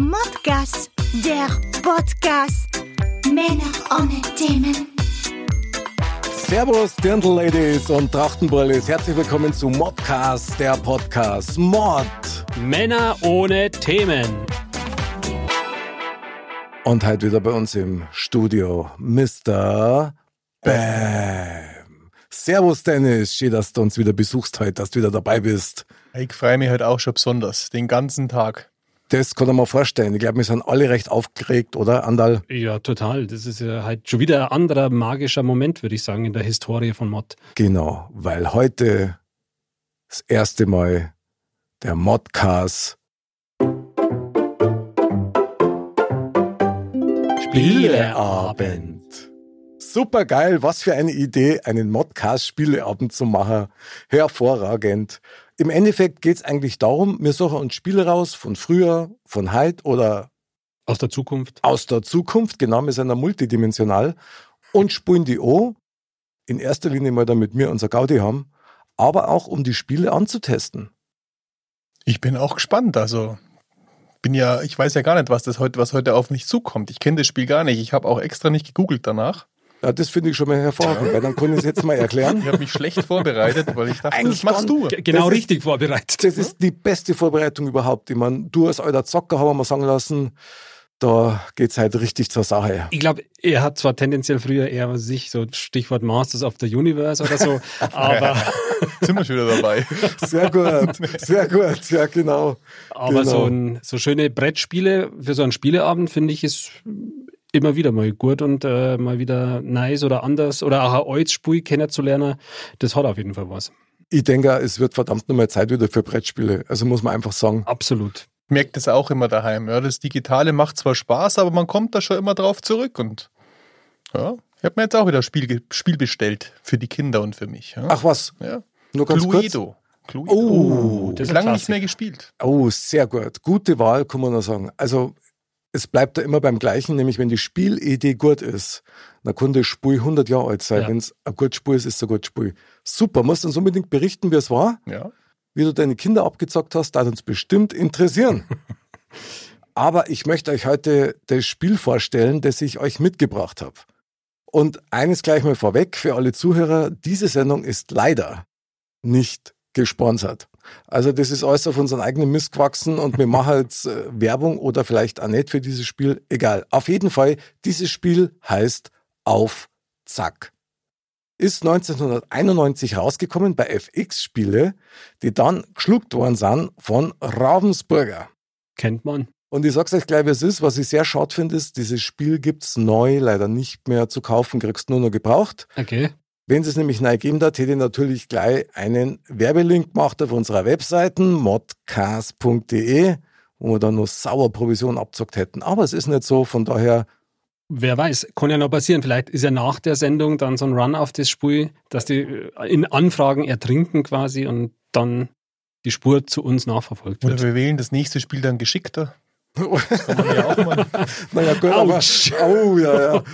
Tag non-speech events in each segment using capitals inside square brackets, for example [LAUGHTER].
Modcast, der Podcast. Männer ohne Themen. Servus, Dirndl-Ladies und Trachtenbrillis. Herzlich willkommen zu Modcast, der Podcast. Mod. Männer ohne Themen. Und heute wieder bei uns im Studio Mr. Bam. Servus, Dennis. Schön, dass du uns wieder besuchst heute, dass du wieder dabei bist. Ich freue mich heute auch schon besonders, den ganzen Tag. Das kann man mal vorstellen. Ich glaube, wir sind alle recht aufgeregt, oder, Andal? Ja, total. Das ist ja halt schon wieder ein anderer magischer Moment, würde ich sagen, in der Historie von Mod. Genau, weil heute das erste Mal der Modcast Spieleabend. Super geil, was für eine Idee, einen Modcast-Spieleabend zu machen. Hervorragend. Im Endeffekt geht es eigentlich darum, wir suchen uns Spiele raus von früher, von heute oder Aus der Zukunft. aus der Zukunft, genau, wir sind ja multidimensional und spielen die O. In erster Linie mal damit wir unser Gaudi haben, aber auch um die Spiele anzutesten. Ich bin auch gespannt, also bin ja, ich weiß ja gar nicht, was das heute, was heute auf mich zukommt. Ich kenne das Spiel gar nicht. Ich habe auch extra nicht gegoogelt danach. Ja, das finde ich schon mal hervorragend, weil dann kann ich es jetzt mal erklären. Ich habe mich schlecht vorbereitet, weil ich dachte, Eigentlich das machst du. G- Genau Das ist- richtig [LAUGHS] vorbereitet. Mhm. Das ist die beste Vorbereitung überhaupt. Ich meine, du als alter Zocker haben wir mal sagen lassen, da geht's halt richtig zur Sache. Ich glaube, er hat zwar tendenziell früher eher sich so Stichwort Masters of the Universe [LAUGHS] oder so, aber, Sind wir schon wieder dabei. Sehr [LAUGHS] gut, sehr gut, ja genau. aber so, ein, so schöne Brettspiele für so einen Spieleabend finde ich ist immer wieder mal gut und äh, mal wieder nice oder anders oder auch ein altes Spiel kennenzulernen. Das hat auf jeden Fall was. Ich denke, es wird verdammt nochmal Zeit wieder für Brettspiele. Also muss man einfach sagen, Absolut. Ich merke das auch immer daheim. Ja, das Digitale macht zwar Spaß, aber man kommt da schon immer drauf zurück. Und ja, ich habe mir jetzt auch wieder Spiel, ge- Spiel bestellt für die Kinder und für mich. Ja. ach was, ja. nur ganz kurz. Cluedo. Cluedo. Oh, das ist ein lange nicht Klassiker. mehr gespielt. Oh, sehr gut. Gute Wahl, kann man nur sagen. Also es bleibt da immer beim Gleichen, nämlich wenn die Spielidee gut ist, dann kann das Spiel 100 Jahre alt sein. Ja. Wenn es ein gutes Spiel ist, ist es ein gutes Spiel. Super, musst uns unbedingt berichten, wie es war. Ja. wie du deine Kinder abgezockt hast, das uns bestimmt interessieren. Aber ich möchte euch heute das Spiel vorstellen, das ich euch mitgebracht habe. Und eines gleich mal vorweg für alle Zuhörer, diese Sendung ist leider nicht gesponsert. Also das ist alles auf unseren eigenen Mist gewachsen und wir machen jetzt äh, Werbung oder vielleicht auch nicht für dieses Spiel, egal. Auf jeden Fall, dieses Spiel heißt Auf Zack. Ist 1991 rausgekommen bei FX-Spiele die dann geschluckt worden sind von Ravensburger. Kennt man. Und ich sag's euch gleich, wie es ist. Was ich sehr schade finde, ist, dieses Spiel gibt's neu leider nicht mehr zu kaufen, kriegst nur noch gebraucht. Okay. Wenn es nämlich neu geben hat, hätte ich natürlich gleich einen Werbelink gemacht auf unserer Webseite modcast.de, wo wir dann nur sauer Provision abzockt hätten. Aber es ist nicht so, von daher, Wer weiß, kann ja noch passieren. Vielleicht ist ja nach der Sendung dann so ein Run auf das Spiel, dass die äh, in Anfragen ertrinken quasi und dann die Spur zu uns nachverfolgt Oder wird. wir wählen das nächste Spiel dann geschickter. naja, gut, Autsch. aber, oh, ja, ja,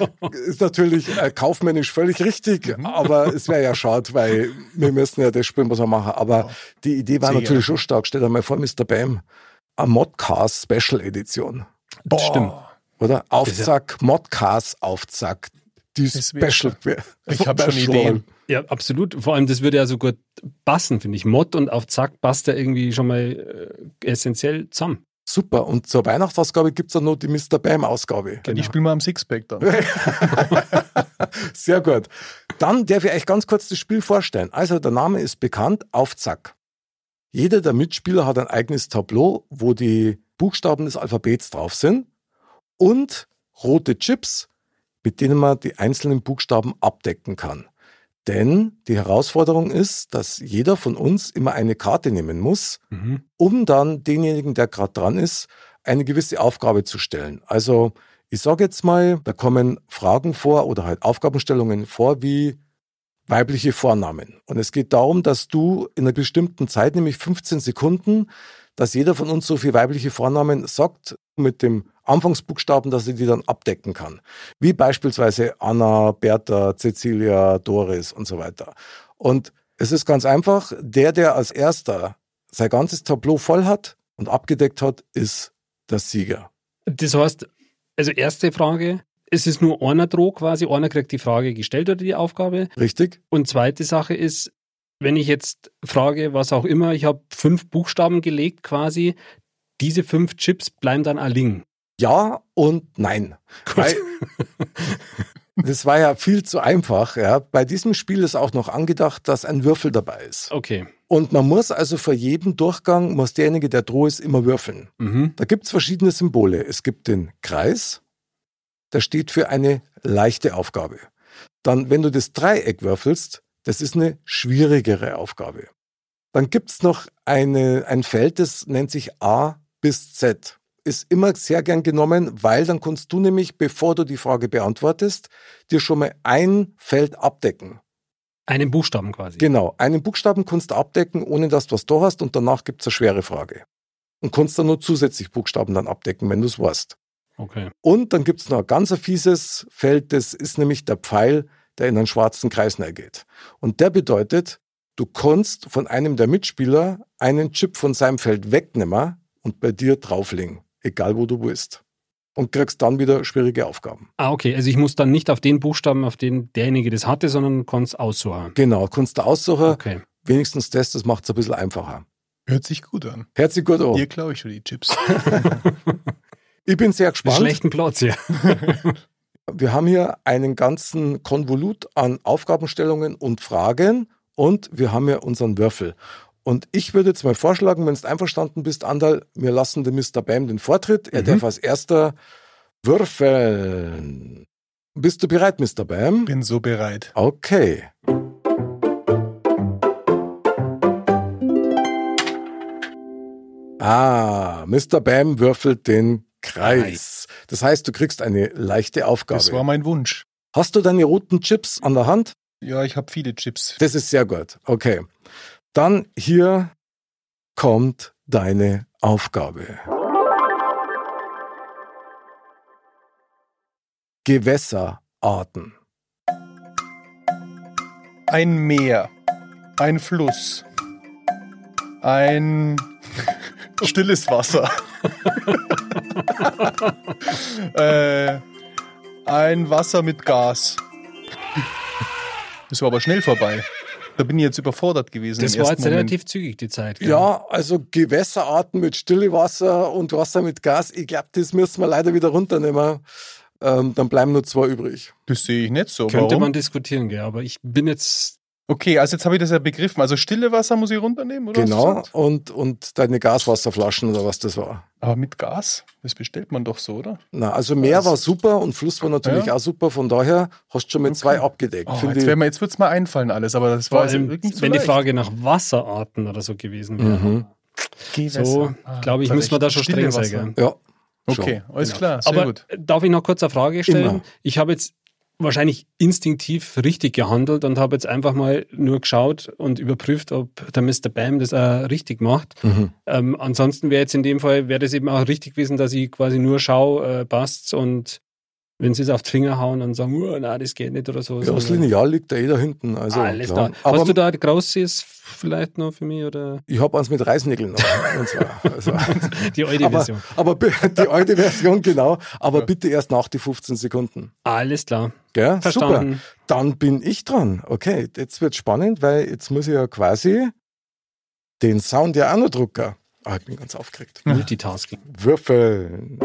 ist natürlich äh, kaufmännisch völlig richtig, Mhm. aber es wäre ja schade, weil wir müssen ja das spielen, was wir machen. Aber Genau. die Idee war Sicher. natürlich schon stark. Stell dir mal vor, Mr. Bam, eine Modcast Special Edition, [LAUGHS] Boah. Stimmt. oder? Aufzack, Modcast Aufzack, die Das wär- Special. Ich hab schon Special. Ideen. Ja, absolut. Vor allem, das würde ja so gut passen, finde ich. Mod und auf Zack passt ja irgendwie schon mal äh, essentiell zusammen. Super, und zur Weihnachtsausgabe gibt's dann noch die Mr. Bam-Ausgabe. Ja, Die Genau. spielen wir am Sixpack dann. Sehr gut. Dann darf ich euch ganz kurz das Spiel vorstellen. Also der Name ist bekannt, auf Zack. Jeder der Mitspieler hat ein eigenes Tableau, wo die Buchstaben des Alphabets drauf sind und rote Chips, mit denen man die einzelnen Buchstaben abdecken kann. Denn die Herausforderung ist, dass jeder von uns immer eine Karte nehmen muss, Mhm. um dann denjenigen, der gerade dran ist, eine gewisse Aufgabe zu stellen. Also ich sage jetzt mal, da kommen Fragen vor oder halt Aufgabenstellungen vor wie weibliche Vornamen. Und es geht darum, dass du in einer bestimmten Zeit, nämlich 15 Sekunden, dass jeder von uns so viel weibliche Vornamen sagt mit dem Anfangsbuchstaben, dass ich die dann abdecken kann. Wie beispielsweise Anna, Bertha, Cecilia, Doris und so weiter. Und es ist ganz einfach, der, der als erster sein ganzes Tableau voll hat und abgedeckt hat, ist der Sieger. Das heißt, also erste Frage, ist es nur einer Droh quasi, einer kriegt die Frage gestellt oder die Aufgabe. Richtig? Und zweite Sache ist, wenn ich jetzt frage, was auch immer, ich habe fünf Buchstaben gelegt quasi, diese fünf Chips bleiben dann alling. Ja und nein. Weil, [LAUGHS] das war ja viel zu einfach. Ja. Bei diesem Spiel ist auch noch angedacht, dass ein Würfel dabei ist. Okay. Und man muss also vor jedem Durchgang, muss derjenige, der droh ist, immer würfeln. Mhm. Da gibt es verschiedene Symbole. Es gibt den Kreis, der steht für eine leichte Aufgabe. Dann, wenn du das Dreieck würfelst, das ist eine schwierigere Aufgabe. Dann gibt es noch eine, ein Feld, das nennt sich A bis Z. Ist immer sehr gern genommen, weil dann kannst du nämlich, bevor du die Frage beantwortest, dir schon mal ein Feld abdecken. Einen Buchstaben quasi. Genau, einen Buchstaben kannst du abdecken, ohne dass du was da hast und danach gibt es eine schwere Frage. Und kannst dann nur zusätzlich Buchstaben dann abdecken, wenn du es weißt. Okay. Und dann gibt's noch ein ganz ein fieses Feld, das ist nämlich der Pfeil, der in einen schwarzen Kreis geht. Und der bedeutet, du kannst von einem der Mitspieler einen Chip von seinem Feld wegnehmen und bei dir drauflegen, egal wo du bist. Und kriegst dann wieder schwierige Aufgaben. Ah, okay. Also ich muss dann nicht auf den Buchstaben, auf den derjenige das hatte, sondern kann es aussuchen. Genau, kannst du aussuchen, Okay. wenigstens das, das macht's ein bisschen einfacher. Hört sich gut an. Herzlich gut auch. Hier klaue ich schon die Chips. Ich bin sehr Mit gespannt. schlechten Platz, ja. Wir haben hier einen ganzen Konvolut an Aufgabenstellungen und Fragen und wir haben hier unseren Würfel. Und ich würde jetzt mal vorschlagen, wenn du einverstanden bist, Andal, wir lassen dem Mr. Bam den Vortritt. Er Mhm. darf als erster würfeln. Bist du bereit, Mr. Bam? Bin so bereit. Okay. Ah, Mr. Bam würfelt den Kreis. Das heißt, du kriegst eine leichte Aufgabe. Das war mein Wunsch. Hast du deine roten Chips an der Hand? Ja, ich habe viele Chips. Das ist sehr gut. Okay. Dann hier kommt deine Aufgabe. Gewässerarten. Ein Meer. Ein Fluss. [LAUGHS] Ein stilles Wasser. [LAUGHS] äh, ein Wasser mit Gas. Das war aber schnell vorbei. Da bin ich jetzt überfordert gewesen. Das im war ersten jetzt Moment. relativ zügig, die Zeit. gell? Ja, also Gewässerarten mit Stillewasser und Wasser mit Gas. Ich glaube, das müssen wir leider wieder runternehmen. Ähm, dann bleiben nur zwei übrig. Das sehe ich nicht so. Könnte Warum? man diskutieren, gell? aber ich bin jetzt. okay, also jetzt habe ich das ja begriffen. Also stille Wasser muss ich runternehmen, oder? hast du genau. gesagt? Und, und deine Gaswasserflaschen oder was das war. Aber mit Gas? Das bestellt man doch so, oder? Na, also Meer Also- war super und Fluss war natürlich Ja. auch super. Von daher hast du schon mit zwei abgedeckt. Oh, Finde jetzt ich- wär mir- jetzt wird es mal einfallen alles, aber das war Vor also allem, wirklich nicht so wenn die leicht. Frage nach Wasserarten oder so gewesen wäre. Mhm. So, glaube ich, muss man Ah, da schon streng sein. gell? Ja. Okay, alles klar, sehr Genau. Aber gut. darf ich noch kurz eine Frage stellen? Immer. Ich habe jetzt wahrscheinlich instinktiv richtig gehandelt und habe jetzt einfach mal nur geschaut und überprüft, ob der Mr. Bam das auch richtig macht. Schon. Mhm. Ähm, ansonsten wäre jetzt in dem Fall, wäre das eben auch richtig gewesen, dass ich quasi nur schaue, äh, passt's und wenn sie es auf die Finger hauen und sagen, uh, na, das geht nicht oder so. Ja, das Lineal liegt ja eh da hinten. Also, Alles klar. klar. Aber Hast du da ein großes vielleicht noch für mich oder [LAUGHS] ich habe eins mit Reisnägeln noch. und zwar, also, die alte aber, Version? aber bi- die alte Version, genau. Aber bitte erst nach die 15 Sekunden. Alles klar. Gell? Super. Verstanden. Dann bin ich dran. Okay, jetzt wird spannend, weil jetzt muss ich ja quasi den Sound ja auch noch drucken. Ah, ich bin ganz aufgeregt. Multitasking. Würfeln.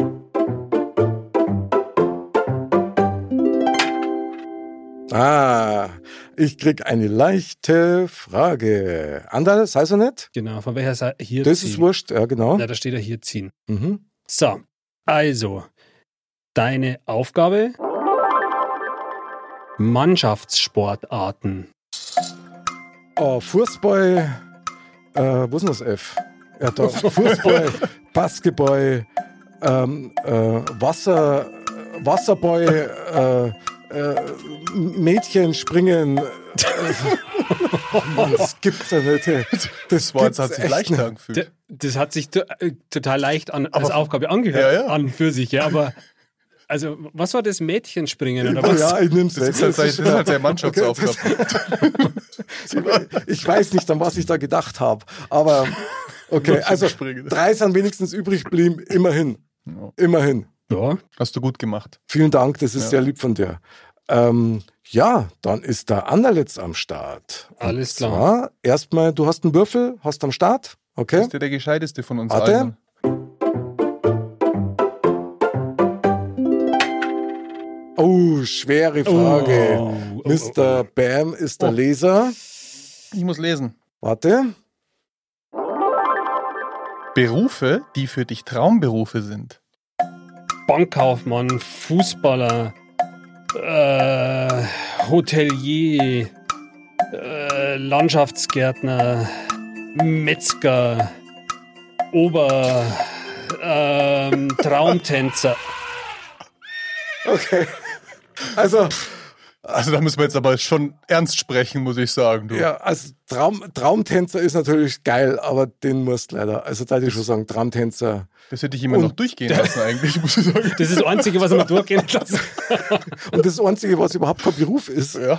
Ah, ich krieg eine leichte Frage. Andal, sei so nett. Genau. Von welcher Seite? Hier Das ziehen. ist wurscht, ja genau. Na, da steht ja hier ziehen. Mhm. So, also, deine Aufgabe: Mannschaftssportarten. Oh, Fußball, äh, wo ist denn das F? Ja, [LAUGHS] da. Fußball, Basketball, ähm, äh, Wasser, äh, Wasserball, äh, äh, Mädchen springen. [LAUGHS] Äh, Mann, das gibt's ja nicht. ey. Das war jetzt gibt's halt hat sich echt [LAUGHS] leicht nicht. D- angefühlt. Das hat sich to- äh, total leicht an, als Aufgabe angehört, Ja, ja. an für sich, ja, aber. Also, was war das Mädchenspringen oder was? Ja, ich nimm's Das [LAUGHS] ist halt sein, das ist halt seine Mannschaftsaufgabe. Ich weiß nicht, an was ich da gedacht habe. Aber okay, also Springen. drei sind wenigstens übrig geblieben. Immerhin. Ja. Immerhin. Ja, Hast du gut gemacht. Vielen Dank, das ist Ja. sehr lieb von dir. Ähm, ja, dann ist der Anderletz am Start. Und Alles klar. Zwar erstmal, du hast einen Würfel, hast am Start, Du okay? bist ja der Gescheiteste von uns Hat er? allen. Oh, schwere Frage. Oh, oh, Mr. Bam ist der Leser. Ich muss lesen. Warte. Berufe, die für dich Traumberufe sind. Bankkaufmann, Fußballer, äh, Hotelier, äh, Landschaftsgärtner, Metzger, Ober, ähm, Traumtänzer. [LAUGHS] Okay. Also, Also da müssen wir jetzt aber schon ernst sprechen, muss ich sagen. Du. ja, also Traum, Traumtänzer ist natürlich geil, aber den musst leider. Also, da hätte ich schon sagen, Traumtänzer. Das hätte ich immer noch durchgehen lassen eigentlich, muss ich sagen. [LAUGHS] Das ist das Einzige, was ich mir durchgehen lassen. Und das Einzige, was überhaupt kein Beruf ist. Ja.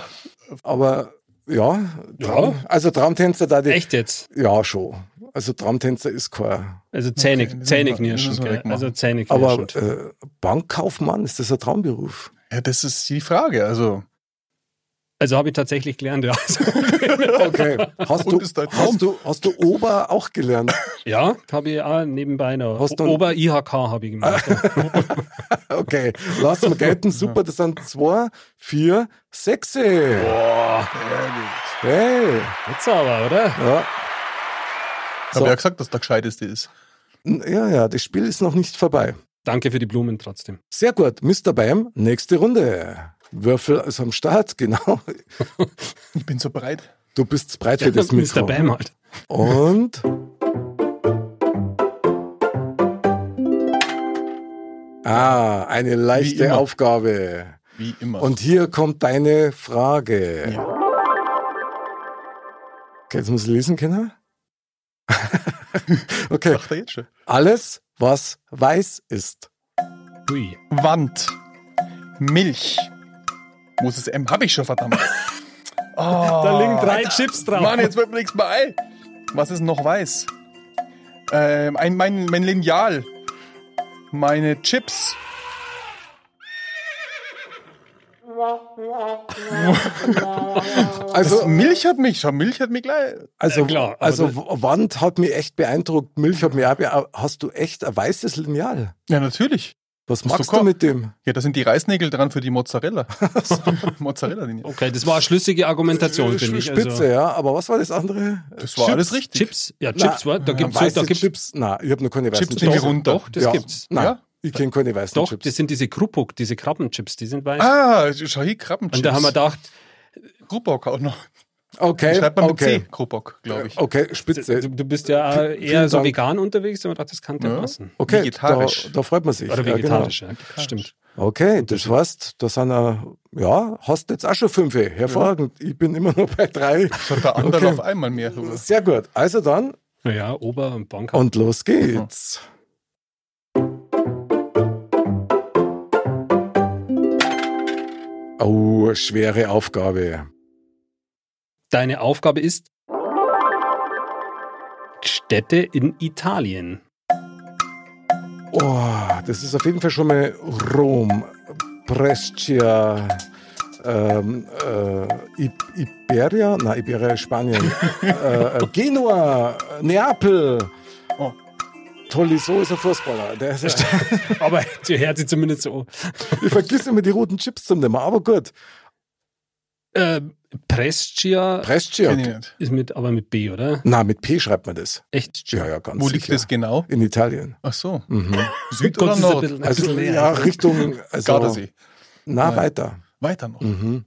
Aber ja, Traum, also Traumtänzer, da die. Echt jetzt? Ja, schon. Also Traumtänzer ist kein. Also Zähne, müssen wir- Zähne müssen knirschen. wir gell? wegmachen. Also Zähne Aber knirschen. äh, Bankkaufmann, ist das ein Traumberuf? ja, das ist die Frage. Also Also habe ich tatsächlich gelernt, ja. [LAUGHS] Also, Okay. Hast du, Und ist dein Traum? hast du, hast du Ober auch [LAUGHS] gelernt? ja, habe ich auch nebenbei noch. Hast du- Ober-IHK habe ich gemacht. [LAUGHS] Okay. Lass mal gelten. Super, das sind zwei, vier, sechs. Boah, Hey. jetzt aber, oder? Ja. ich So. habe ja gesagt, dass der Gescheiteste ist. ja, ja, das Spiel ist noch nicht vorbei. Danke für die Blumen trotzdem. Sehr gut, Mr. Beim, nächste Runde. Würfel ist am Start, [LAUGHS] genau. Ich bin so bereit. Du bist bereit für das Mikro. Mr. Bam halt. Und Ah, eine Wie leichte immer. Aufgabe. Wie immer. Und hier kommt deine Frage. Ja. Okay, jetzt muss ich lesen können. [LAUGHS] okay. sagt er jetzt schon. Alles, was weiß ist. Hui. Wand. Milch. Wo ist das M? Hab ich [LAUGHS] schon, verdammt. Oh, da Chips Mann, jetzt wird mir nichts mehr ein. Was ist noch weiß? Ähm, ein, mein, mein Lineal. Meine Chips. Also, Milch hat mich, schau, Milch hat mich gleich. also, Äh, klar, aber also W- Wand hat mich echt beeindruckt. Milch hat mich auch beeindruckt. Hast du echt ein weißes Lineal? Ja, natürlich. Was du machst du gehabt? mit dem? Ja, da sind die Reisnägel dran für [LAUGHS] die Mozzarella. Mozzarella-Linie. Okay, das war eine schlüssige Argumentation, finde ich. Spitze, Also, ja. Aber was war das andere? Das war alles richtig. Chips? Ja, Na, Chips, was? Da gibt's weiße da gibt's, Chips. Na, ich habe noch keine weißen Chips nehme ich runter. Doch, das ja. gibt's. Nein, Ja? ich kenne keine weißen Doch, Chips. das sind diese Krupuk, diese Krabbenchips, die sind weiß. Ah, schau hier, Krabbenchips. Und da haben wir Äh, gedacht, Grubok auch noch. Okay, Schreibt man okay. mit C, Grubok, glaube ich. Okay, du, Spitze. du bist ja auch eher vielen so Dank. vegan unterwegs, da haben wir gedacht, das kann dir Ja. passen. Okay, Vegetarisch. Da, da freut man sich. Oder Ja, vegetarisch, ja, stimmt. Genau. Okay, das heißt, da sind ja, ja, hast jetzt auch schon fünf. Hervorragend. Ich bin immer noch bei drei. Schaut der andere Okay. auf einmal mehr. rüber. Sehr gut. Also dann, Naja, Ober- und Banker. und los geht's. Mhm. Oh, schwere Aufgabe. Deine Aufgabe ist Städte in Italien. [LAUGHS] Oh, das ist auf jeden Fall schon mal Rom, Brescia, ähm, äh, I Iberia, na Iberia ist [LAUGHS] Spanien, äh, äh, Genua, Neapel. Oh. Tolisso ist ein Fußballer. Der ist, Aber die hört sich zumindest so. ich vergiss immer die roten Chips zum Thema, aber gut. Äh, Brescia Brescia. Kenn ich nicht. ist mit, aber mit B, oder? Na, mit P schreibt man das. Echt? Ja, ja, ganz Wo liegt sicher. das genau? In Italien. [LAUGHS] Ach so. Mhm. Süd Gott, [LAUGHS] oder das ist ein bisschen- Nord? ein Also, bisschen leer. ne? ja, [LAUGHS] Richtung. Also, Gardasee. na, Nein. weiter. Weiter noch. Mhm.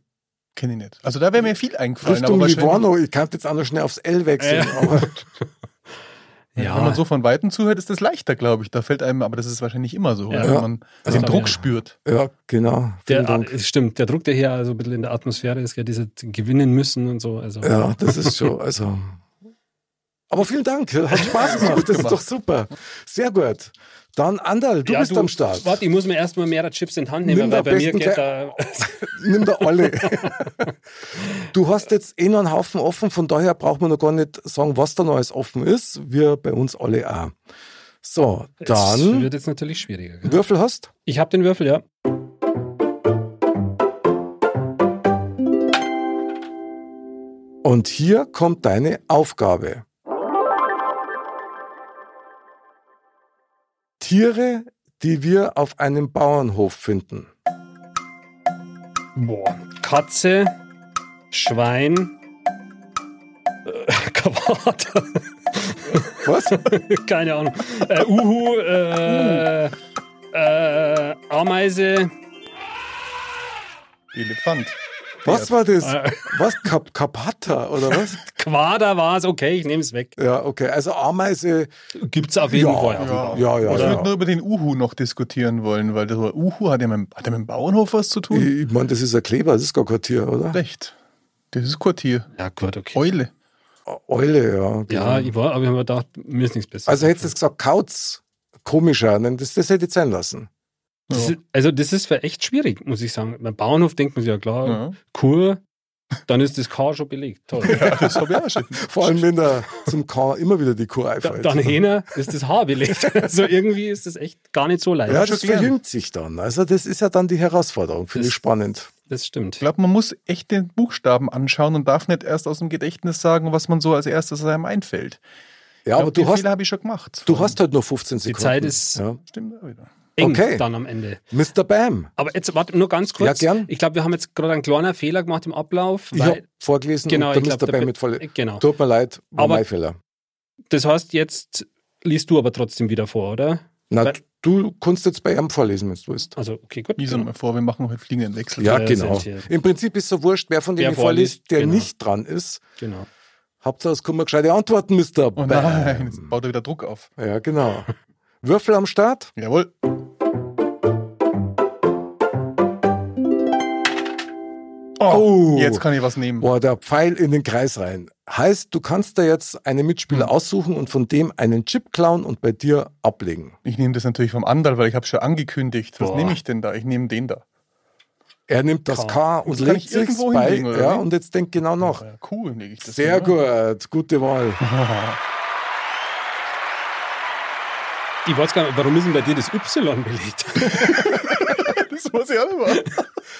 Kenn ich nicht. Also da wäre mir viel eingefallen. Richtung wahrscheinlich- Livorno, ich kann jetzt auch noch schnell aufs L wechseln. Ja. Aber [LAUGHS] Wenn Ja, man so von Weitem zuhört, ist das leichter, glaube ich. Da fällt einem, aber das ist wahrscheinlich immer so, Ja. oder? wenn man den glaub ich Druck auch. spürt. ja, genau. Vielen der, Dank. äh, stimmt, der Druck, der hier also ein bisschen in der Atmosphäre ist, ja, diese gewinnen müssen und so. Also, Ja, das ist schon, also. Aber vielen Dank, hat Spaß gemacht, das ist doch super. Sehr gut. Dann Andal, du Ja, bist am Start. Warte, ich muss mir erstmal mehrere Chips in die Hand nehmen, Nimm weil da bei mir besten geht da. gleich- [LAUGHS] Nimm der [LAUGHS] Olle. Du hast jetzt eh noch einen Haufen offen, von daher braucht man noch gar nicht sagen, was da noch alles offen ist. Wir bei uns alle auch. So, Das dann wird jetzt natürlich schwieriger. gell? Würfel hast. Ich habe den Würfel, ja. Und hier kommt deine Aufgabe. Tiere, die wir auf einem Bauernhof finden. Boah. Katze, Schwein, äh, [LAUGHS] Kawater. [LAUGHS] Was? Keine Ahnung. Äh, Uhu, äh, äh, Ameise. Elefant. Was war das? Äh, Was? Kap Kapata oder was? Quader war es, okay, ich nehme es weg. Ja, okay. Also Ameise. Gibt's auf jeden Ja, Fall. ja. Ja, ja, ich ja. würde nur über den Uhu noch diskutieren wollen, weil der Uhu hat ja mit, hat er mit dem Bauernhof was zu Ich, tun? ich meine, das ist ein Kleber, das ist gar kein Tier, oder? Recht. Das ist Quartier. Ja, gut, okay. Eule. Eule, ja. genau. Ja, ich war, aber ich habe mir gedacht, mir ist nichts besser. Also hättest du jetzt gesagt, Kauz, komischer, nein, das, das hätte ich sein lassen. das Ja. ist, also, das ist für echt schwierig, muss ich sagen. Beim Bauernhof denkt man sich ja klar, Ja. Kur, dann ist das K schon [LAUGHS] belegt. Toll. Das habe ich auch schon. Vor allem, wenn da zum K immer wieder die Kur Da, einfällt. [LAUGHS] dann Hähner ist das Haar belegt. Also irgendwie ist das echt gar nicht so leicht. ja, schon das gelernt. verjüngt sich dann. Also das ist ja dann die Herausforderung, finde Das- ich spannend. Das Ich stimmt. glaube, man muss echt den Buchstaben anschauen und darf nicht erst aus dem Gedächtnis sagen, was man so als erstes einem Ja, einfällt. Ich aber glaub, den du hast, Fehler habe ich schon gemacht. du hast halt nur 15 Sekunden. Zeit ist- Ja. Stimmt auch wieder. Eng Okay. dann am Ende. Mr. Bam, Aber jetzt, warte, nur ganz kurz. Ja, gern. Ich glaube, wir haben jetzt gerade einen kleinen Fehler gemacht im Ablauf. ich habe Weil, vorgelesen genau, und ich der Mr. glaub, der- Bam mit voll... genau. Tut mir leid, war Aber- mein Fehler. Das heißt, jetzt liest du aber trotzdem wieder vor, oder? Na, weil- du kannst jetzt bei ihm vorlesen, wenn du willst. Also, okay, gut. Lies mal vor, wir machen heute fliegenden Wechsel. Ja, Ja, genau. sind hier- Im Prinzip ist so wurscht, wer von Wer denen vorliest, vorliest, der genau. nicht dran ist. Genau. Hauptsache, es kommen gescheite Antworten, Mr. Oh Bam. nein, [LAUGHS] jetzt baut er wieder Druck auf. Ja, genau. Würfel am Start. Jawohl. Oh, Oh. jetzt kann ich was nehmen. Boah, der Pfeil in den Kreis rein. Heißt, du kannst da jetzt einen Mitspieler Hm. aussuchen und von dem einen Chip klauen und bei dir ablegen. Ich nehme das natürlich vom anderen, weil ich habe schon angekündigt. Was Boah. nehme ich denn da? Ich nehme den da. Er nimmt das Kann- K und das kann legt ich sich's irgendwo bei. hinlegen, oder ja, wie? und jetzt denk genau noch. Ah, Ja, cool, lege ich das. Sehr hin, ne? gut, gute Wahl. Ich weiß gar nicht, warum ist denn bei dir das Y belegt? Das muss ich auch [LAUGHS] noch machen.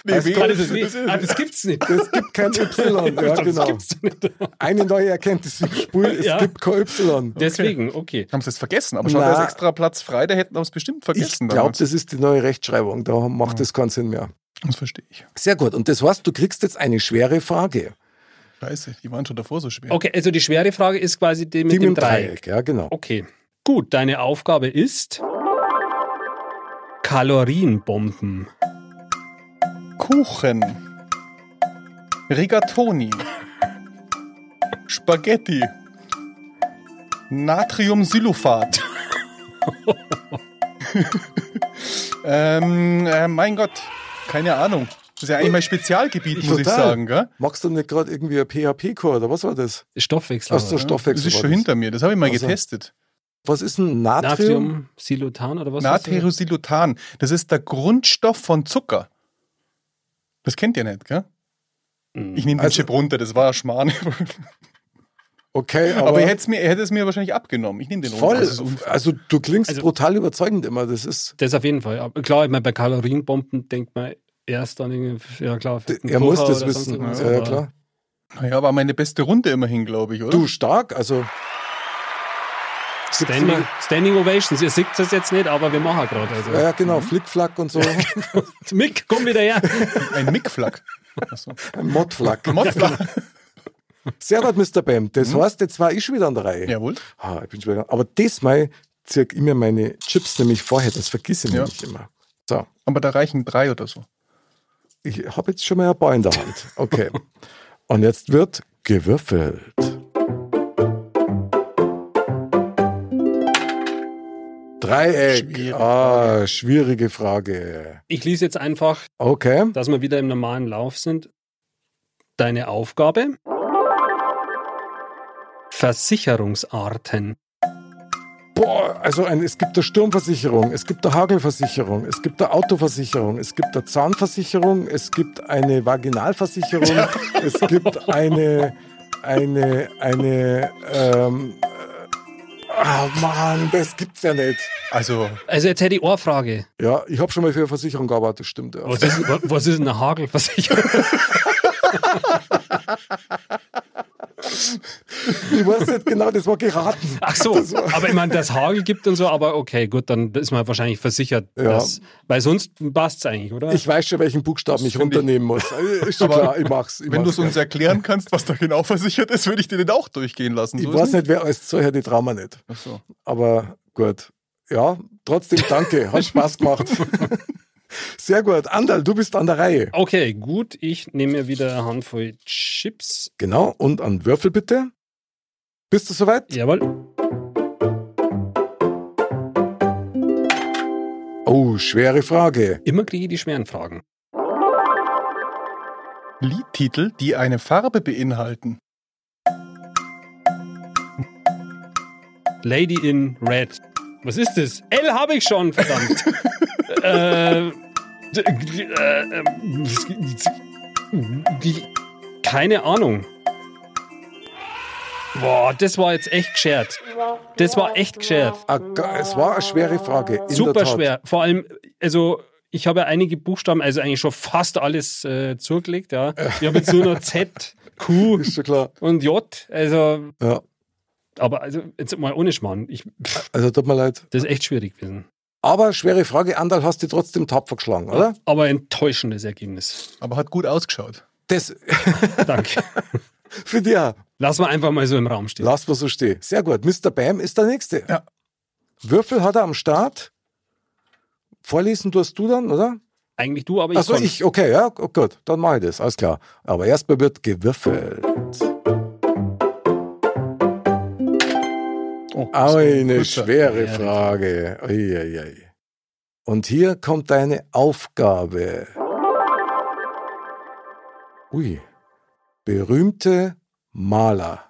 Nee, Als weh, Ah, [LAUGHS] das, ist das ist- nicht, ah, das gibt's [LAUGHS] nicht. Es gibt kein [LAUGHS] Y. Ja, das genau. gibt's nicht. Eine neue Erkenntnis im Spiel, es Ja. gibt kein Y. Deswegen, okay. Haben sie es vergessen, aber schon Na. da ist extra Platz frei, da hätten wir es bestimmt Ich vergessen. glaube, das ist die neue Rechtschreibung. Da macht es keinen Sinn mehr. das verstehe ich. Sehr gut. Und das heißt, du kriegst jetzt eine schwere Frage. Scheiße, die waren schon davor so Oh, schwer. Okay, also die schwere Frage ist quasi die mit Die dem mit dem Dreieck. Ja, genau. Okay. Gut, deine Aufgabe ist Kalorienbomben. Kuchen. Rigatoni. Spaghetti. [LAUGHS] Natriumsylophat. ähm, äh, mein Gott, keine Ahnung. Das ist ja eigentlich mein Spezialgebiet, muss ich Total. sagen. Gell? Magst du nicht gerade irgendwie ein PHP-Core oder was war das? Stoffwechsel. Aus der Stoffwechsel. Das ist war schon hinter mir, das habe ich mal Also, getestet. Was ist ein Natrium? Natrium, Silotan oder was? hast Natriumsylotan, das ist der Grundstoff von Zucker. Das kennt ihr nicht, gell? du? Hm. Ich nehme den Also- Chip runter, das war ein Schmarrn. Okay, aber, Aber er hätte es mir, er hätte es mir wahrscheinlich abgenommen. Ich nehme den voll. runter. Das ist unfair. Also du klingst Also- brutal überzeugend immer. Das ist. Das auf jeden Fall. Aber klar, ich meine, bei Kalorienbomben denkt man erst an irgendwie, ja klar. fetten Er muss Kocher das oder sonst wissen. irgendwas, Ja, ja, aber klar. Naja, war meine beste Runde immerhin, glaube ich, oder? Du stark, also. Gibt's Standing, mal- Standing Ovations, ihr seht das jetzt nicht, aber wir machen gerade. Also. Ja, ja, genau. Flickflack und so. [LAUGHS] Mick, komm wieder her. Ein Mickflack. Achso. Modflack. Mottflack. Sehr gut, Mr. Bam. Das Mhm. heißt, jetzt war ich schon wieder an der Reihe. Jawohl. Ah, ich bin schon wieder. Aber diesmal zirk ich mir meine Chips nämlich vorher. Das vergesse ich Ja. nämlich immer. So. Aber da reichen drei oder so. Ich habe jetzt schon mal ein paar in der Hand. Okay. Und jetzt wird gewürfelt. Dreieck. Schwierige ah, schwierige Frage. [LAUGHS] Ich lese jetzt einfach, Okay. dass wir wieder im normalen Lauf sind. Deine Aufgabe? Versicherungsarten. Boah, also ein, es gibt eine Sturmversicherung, es gibt eine Hagelversicherung, es gibt eine Autoversicherung, es gibt eine Zahnversicherung, es gibt eine Vaginalversicherung, [LAUGHS] es gibt eine, eine, eine, ähm, äh, Ah, Mann, das gibt's ja nicht. Also, Also jetzt hätte ich eine Frage. Ja, ich habe schon mal für eine Versicherung gearbeitet, das stimmt. Ja. Was ist, was ist denn eine Hagelversicherung? [LAUGHS] Ich weiß nicht genau, das war geraten. Ach so, aber ich meine, dass Hagel gibt und so, aber okay, gut, dann ist man wahrscheinlich versichert. Ja. Dass, weil sonst passt es eigentlich, oder? Ich weiß schon, welchen Buchstaben ich find ich- runternehmen muss. Also, Ist schon Aber klar, ich mach's. Ich wenn du mach's, es uns ja. erklären kannst, was da genau versichert ist, würde ich dir den auch durchgehen lassen. Ich So weiß ist nicht, wer alles zuhört, die trauen wir nicht. Ach so. Aber gut. Ja, trotzdem danke. Hat Spaß gemacht. Sehr gut. Andal, du bist an der Reihe. okay, gut, ich nehme mir wieder eine Handvoll Chips. Genau. Und an Würfel bitte. Bist du soweit? Jawohl. Oh, schwere Frage. Immer kriege ich die schweren Fragen. Liedtitel, die eine Farbe beinhalten. Lady in Red. Was ist das? L habe ich schon, [LAUGHS] verdammt. äh, d- g- äh, ähm, g- keine Ahnung. Boah, das war jetzt echt geschert. Das war echt geschert. Ah, ga- Es war eine schwere Frage. In der Super Tat. schwer. Vor allem, also ich habe ja einige Buchstaben, also eigentlich schon fast alles äh, zugelegt. Ja. Ich habe jetzt nur noch Z, [LAUGHS] Q Ist schon klar. und J. Also, Ja, aber also jetzt mal ohne Schmarrn. Ich, pff, also tut mir leid. das ist echt schwierig gewesen. Aber schwere Frage, Andal, hast du trotzdem tapfer geschlagen, oder? Aber enttäuschendes Ergebnis. Aber hat gut ausgeschaut. Das Danke. [LAUGHS] für dich. auch. Lass mal einfach mal so im Raum stehen. Lass mal so stehen. Sehr gut. Mr. Bam ist der Nächste. Ja. Würfel hat er am Start. Vorlesen tust du dann, oder? Eigentlich du, aber ich Achso, kann. ich, okay, ja, oh, gut, dann mache ich das, alles klar. Aber erstmal wird gewürfelt. Oh, das war ein Eine kurzer. schwere Ja. Frage. Uiuiui. Und hier kommt deine Aufgabe. Ui. Berühmte Maler.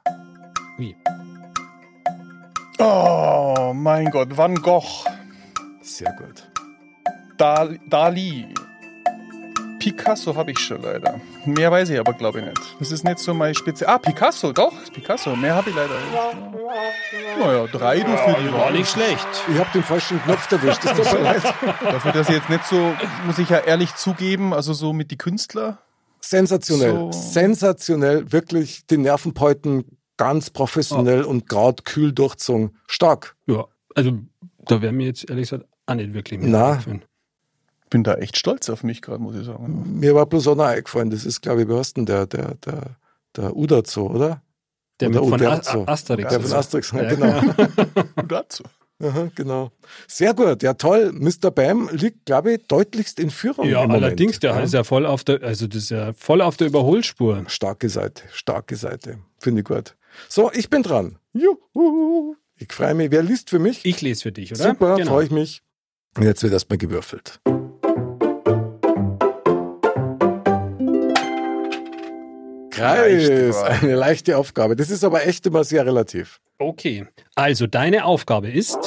Oh mein Gott, Van Gogh, Sehr gut. Dal Dali. Picasso habe ich schon leider. Mehr weiß ich aber, glaube ich, nicht. Das ist nicht so mein Spezial. Ah, Picasso, doch, Picasso. Mehr habe ich leider nicht. Naja, drei du für die Also War Wahl. nicht schlecht. Ich habe den falschen Knopf erwischt. Das [LAUGHS] tut mir leid. Dafür, dass ich jetzt nicht so, muss ich ja ehrlich zugeben, also so mit die Künstler. Sensationell. So. Sensationell. Wirklich die Nervenpeuten ganz professionell Oh. und grad kühl durchzogen. Stark. Ja, also da wäre mir jetzt ehrlich gesagt auch nicht wirklich mehr Na. eingefallen. Bin da echt stolz auf mich gerade, muss ich sagen. Mir war bloß auch noch eingefallen. Das ist, glaube ich, wie heißt denn der, der, der, der Udazo, oder? Der Oder mit von A Uderzo. A- Asterix. Der von also. Asterix, ne? Ja. genau. Und dazu. [LAUGHS] Aha, genau. Sehr gut, ja toll. Mr. Bam liegt, glaube ich, deutlichst in Führung. Ja, im Moment. allerdings, der Ja. ist ja voll auf der, also das ist ja voll auf der Überholspur. Starke Seite, starke Seite. Finde ich gut. So, ich bin dran. Juhu. Ich freue mich. Wer liest für mich? Ich lese für dich, oder? Super, genau. freue ich mich. Und jetzt wird erstmal gewürfelt. Kreis, Leichte Wahl. eine leichte Aufgabe. Das ist aber echt immer sehr relativ. Okay. Also, deine Aufgabe ist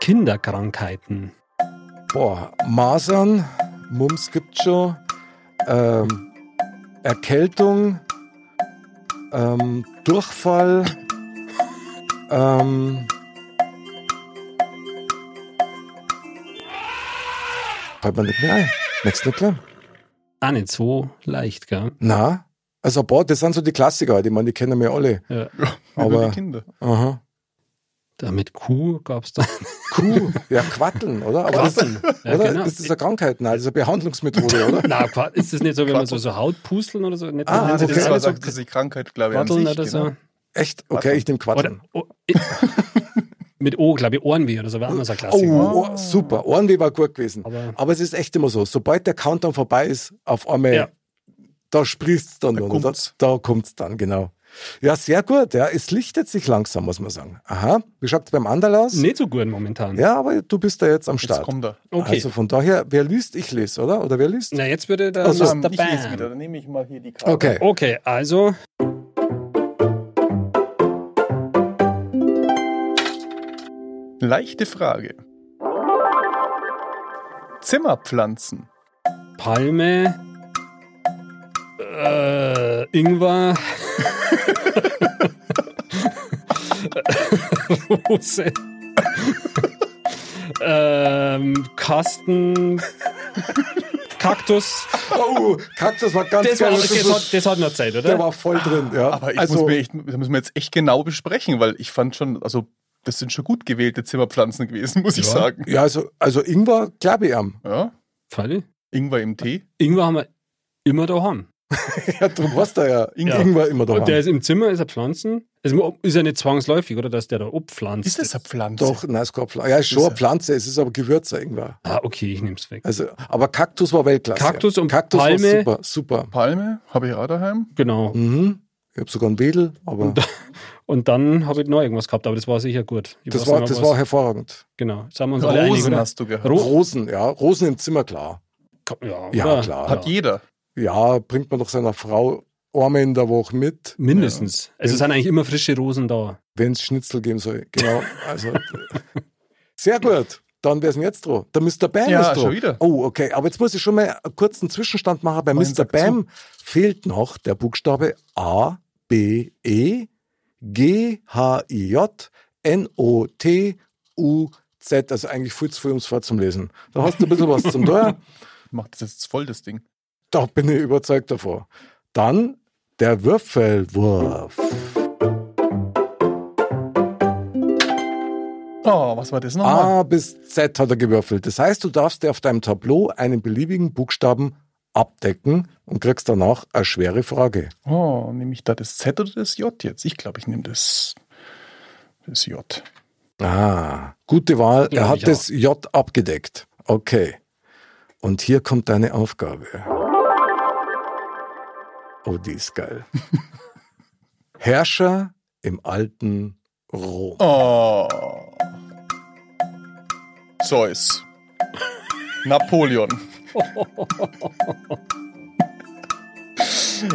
Kinderkrankheiten. Boah, Masern, Mumps gibt's schon, ähm, Erkältung, ähm, Durchfall, ähm, fällt mir nicht mehr ein. Nächster klar. Ah, nicht so leicht, gell? Na, also boah, das sind so die Klassiker, halt. ich meine, die kennen wir alle. Ja. Aber- die Kinder. Aha. Da mit Kuh gab es da. Kuh, ja, Quatteln, oder? Aber Quatteln. Das, Ja, oder? genau. Ist das eine Krankheit? Nein, das ist eine Behandlungsmethode, [LAUGHS] oder? Na, Qua- ist das nicht so, wenn man so, so Hautpusteln oder so? Nicht, Ah, wenn Also sie okay. das war alle so sagt, diese Krankheit, glaube ich, an Quatteln sich. oder genau. so? Echt? Okay, ich nehme Quatteln. Oder, oh, i- [LAUGHS] mit O, glaube ich, Ohrenweh oder so, wäre auch noch so ein Klassiker. Oh, oh, super. Ohrenweh war gut gewesen. Aber- Aber, es ist echt immer so, sobald der Countdown vorbei ist, auf einmal, Ja. da sprießt es dann. Da und kommt's. Da, da kommt es dann, genau. Ja, sehr gut. Ja, es lichtet sich langsam, muss man sagen. Aha, wie schaut es beim Anderl aus? Nicht so gut momentan. Ja, aber du bist da jetzt am Jetzt Start. kommt er. Okay. Also von daher, wer liest, ich lese, oder? Oder wer liest? Na, jetzt würde der Also, Also, Mr. ähm, ich lese Bam. wieder, dann nehme ich mal hier die Karte. Okay. Okay, also Leichte Frage. Zimmerpflanzen. Palme, äh, Ingwer, [LAUGHS] Rose. ähm, Kasten. Kaktus. Oh, Kaktus war ganz Das, war, ne? geil. das, hat, das hat noch Zeit, der oder? war voll drin, ja. Aber ich also, muss mir echt, das müssen wir jetzt echt genau besprechen, weil ich fand schon, also das sind schon gut gewählte Zimmerpflanzen gewesen, [LAUGHS] muss ich Ja. sagen. ja, also, also Ingwer, glaube ich [LAUGHS] am. Ja, Falle? Ingwer im Tee. Ingwer haben wir immer daheim. Ja, du warst da ja. Ja. Ingwer immer Und der da. ist im Zimmer, ist er Pflanzen. Es ist ja nicht zwangsläufig, oder? Dass der da abpflanzt. Ist das eine Pflanze? Doch, nice Pflanze. Ja, ist schon Ist eine er. Pflanze, es ist aber Gewürze Ingwer. Ah, okay, ich nehm's weg. Also, aber Kaktus war Weltklasse. Kaktus und Kaktus Palme. war super, super. Palme habe ich auch daheim. Genau. Mhm. Ich habe sogar einen Wedel, aber Und Und dann habe ich noch irgendwas gehabt, aber das war sicher gut. Ich das, weiß war, nicht mehr, das was. war hervorragend. Genau. Sagen wir uns alle einig, Rosen oder? hast du gehabt. Ro- Rosen, ja. Rosen im Zimmer, klar. Ja, Ja, oder? klar. Hat jeder. Ja, bringt man doch seiner Frau einmal in der Woche mit, Mindestens. Also es sind eigentlich immer frische Rosen da. wenn es Schnitzel geben soll. Genau. Also, sehr gut. Dann wäre es jetzt dran. Der Mr. Bam Ja, ist dran. schon wieder. Oh, okay. Aber jetzt muss ich schon mal einen kurzen Zwischenstand machen. Bei Vorhin Mr. sagt Bam fehlt noch der Buchstabe A, B, E, G, H, I, J, N, O, T, U, Z. Also eigentlich viel zu viel ums zum Lesen. Da hast du ein bisschen was zum [LAUGHS] Teuer. Macht das jetzt voll, das Ding. Da bin ich überzeugt davon. Dann der Würfelwurf. Oh, was war das nochmal? A bis Z hat er gewürfelt. Das heißt, du darfst dir auf deinem Tableau einen beliebigen Buchstaben abdecken und kriegst danach eine schwere Frage. Oh, nehme ich da das Z oder das J jetzt? Ich glaube, ich nehme das, das J. Ah, gute Wahl. Glaub er ich hat auch. das J abgedeckt. Okay. Und hier kommt deine Aufgabe. Oh, die ist [LAUGHS] geil. Herrscher im alten Rom. Oh. Zeus. Napoleon.